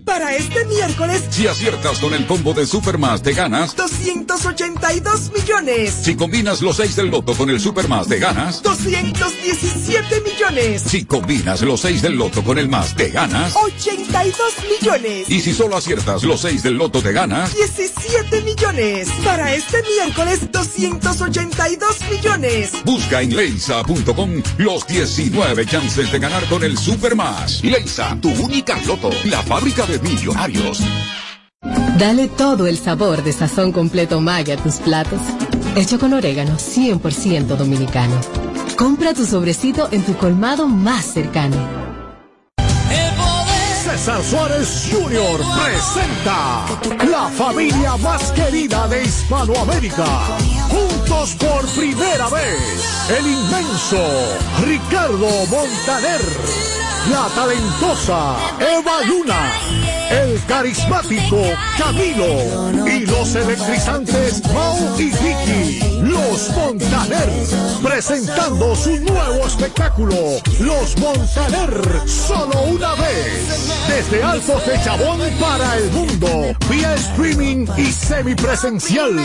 Para este miércoles,
Si aciertas con el combo de Supermas, te ganas.
282 millones.
Si combinas los 6 del loto con el Supermas, te ganas.
217 millones.
Si combinas los 6 del loto con el más, te ganas.
82 millones.
Y si solo aciertas los 6 del loto, te ganas.
17 millones. Para este miércoles, 282 millones.
Busca en leisa.com los 19 chances de ganar con el Supermas. Leisa, tu única loto, la fábrica de millonarios.
Dale todo el sabor de sazón completo Maggi a tus platos, hecho con orégano 100% dominicano. Compra tu sobrecito en tu colmado más cercano.
César Suárez Jr. presenta la familia más querida de Hispanoamérica. Juntos por primera vez, el inmenso Ricardo Montaner, la talentosa Eva Luna, el carismático Camilo y los electrizantes Mau y Vicky, los Montaner, presentando su nuevo espectáculo, Los Montaner, solo una vez. Desde Altos de Chabón para el mundo, vía streaming y semipresencial.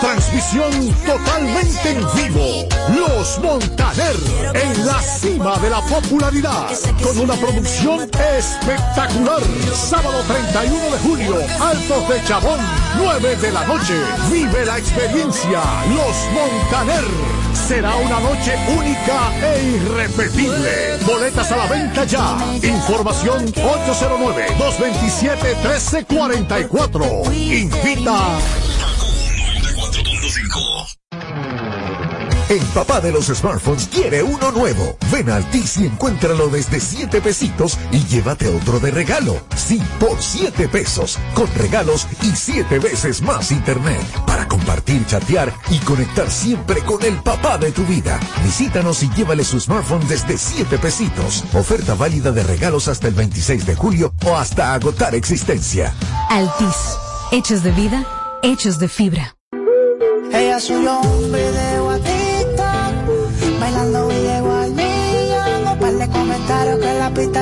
Transmisión totalmente en vivo. Los Montaner, en la cima de la popularidad, con una producción espectacular. Sábado 31 de julio, Altos de Chabón, 9 de la noche. Vive la experiencia, Los Montaner. Será una noche única e irrepetible. Boletas a la venta ya. Información 809-227-1344. Invita
El
papá de los smartphones quiere uno nuevo. Ven al Altis y encuéntralo desde 7 pesitos y llévate otro de regalo. Sí, por 7 pesos, con regalos y 7 veces más internet para compartir.
compartir, chatear y conectar siempre con el papá de tu vida. Visítanos y llévale su smartphone desde 7 pesitos. Oferta válida de regalos hasta el 26 de julio o hasta agotar existencia.
Altis, hechos de vida, hechos de fibra.
Ella subió un video a TikTok Bailando y llegó al millón Un par de comentarios que la pista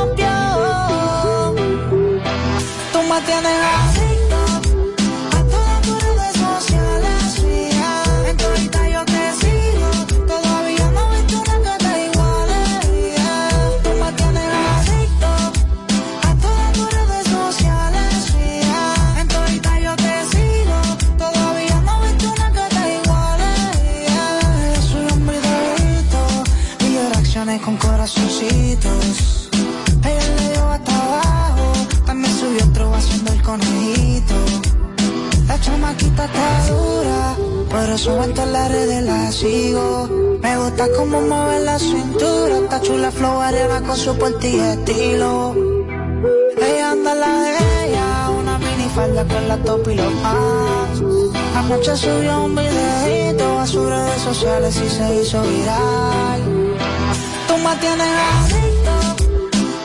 rompió Tú me tienes adicto A todas tus redes sociales, fija En tu Insta yo te sigo Todavía no he visto una que te iguale yeah. Tú me tienes adicto A todas tus redes sociales, fija En tu Insta yo te sigo Todavía no he visto una que te iguale. yeah. Soy un videíto y yo reaccioné con corazoncitos. Ella le dio hasta abajo, también subió otro haciendo el conejito. La chamaquita está dura, por eso en todas las redes la sigo. Me gusta cómo mueve la cintura, está chula flow arena con su portilla estilo. Ella anda en la de ella, una minifalda con la top y los pants. Anoche subió un videito a sus redes sociales y se hizo viral. Tú me tienes adicto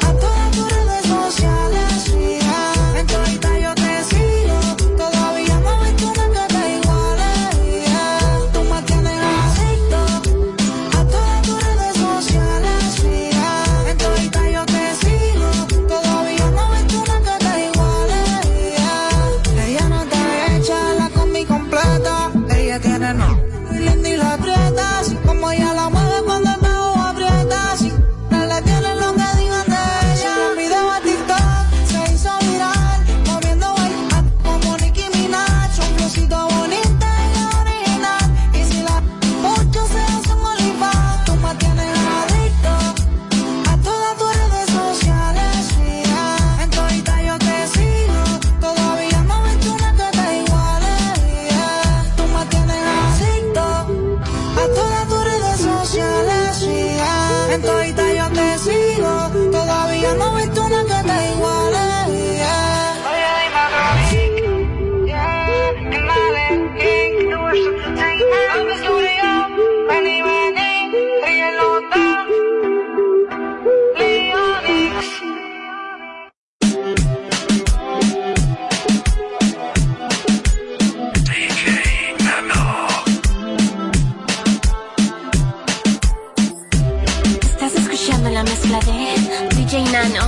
a todas tus redes sociales, fija. En todita yo te sigo, todavía no he visto una que te iguale. yeah. Tú me tienes adicto a todas tus redes sociales, fija. En todita yo te sigo, todavía no he visto una que te iguale. yeah. Ella no te echa la combi completa, ella tiene no muy linda y la aprieta así Como ella la mueve cuando el bajo aprieta así No le tienen lo que digan de ella Subió un video a TikTok, se hizo viral Moviendo bail como Nicki Minaj Un flowcito bonito y original Y si la mucho se hace un olivar Tú me tienes adicto A todas tus redes sociales, fija En todita yo te sigo Todavía no he visto una que te iguale yeah. Tú me tienes adicto a todas tus redes sociales, fija. En todita yo te sigo. Todavía no he visto una que te iguale.
Estás escuchando la mezcla de DJ Nano.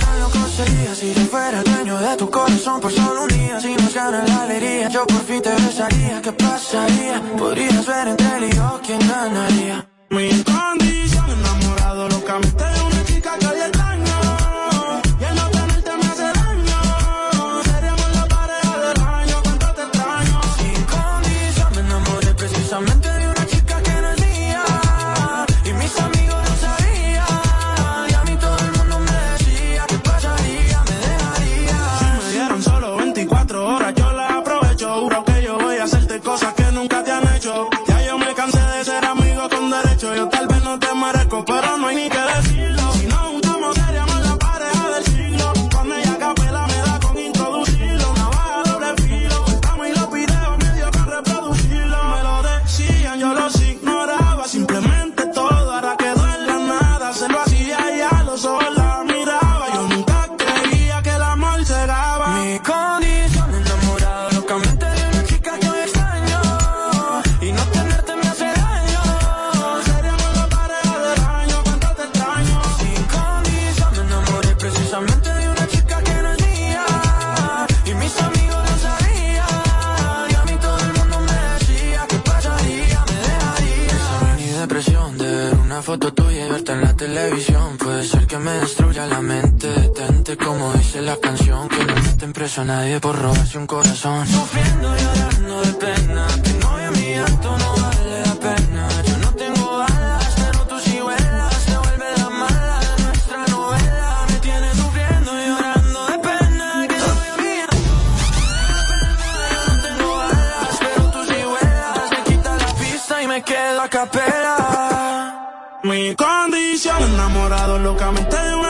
Tan loco sería si yo fuera dueño de tu corazón por solo un día. Si no gana la galería, yo por fin te besaría. ¿Qué pasaría? Podrías ver entre él y yo quién ganaría. Mi condición enamorado locamente de una chica que le daño. Y el no tenerte me hace daño. Seríamos la pareja del año, cuánto te extraño. Sin condición me enamoré precisamente de una chica que no hacía. Y mis amigos no sabían. Y a mí todo el mundo me decía que pasaría, me dejaría. Si me dieron solo 24 horas, yo las aprovecho. Juro que yo voy a hacerte cosas que nunca te han hecho. Ya yo me cansé de ser amigo con derecho. Yo tal vez no te merezco, pero no hay ni que decirlo. Si nos juntamos, seríamos la pareja del siglo. Cuando ella capela me da con introducirlo. Una baja doble filo. Estamos y los videos medio para reproducirlo. Me lo decían, yo los ignoraba. Simplemente todo, ahora quedó en la nada. Se lo hacía y a los ojos la miraba. Yo nunca creía que el amor se daba. Mi condición enamorado, locamente de una chica que hoy extraño. Y no tenerte me hace daño. Seríamos la pareja del año, cuánto te extraño. Sin condición me enamoré precisamente de una chica que no es mía. Y mis amigos lo sabían. Y a mí todo el mundo me decía que pasaría, me dejaría.
Mi depresión de ver una foto tuya y verte en la televisión Puede ser que me destruya la mente Detente como dice la canción Que no meten preso a nadie por robarse un corazón
Sufriendo, llorando de pena. Que novia mi acto no vale la pena. Yo no tengo alas, pero tú sí vuelas. Te vuelve la mala de nuestra novela. Me tiene sufriendo y llorando de pena. Que novia mi acto no vale la pena. Yo no tengo alas, pero tú sí vuelas. Me quita la pista y me quedo a capela.
Mi condición enamorado
locamente de una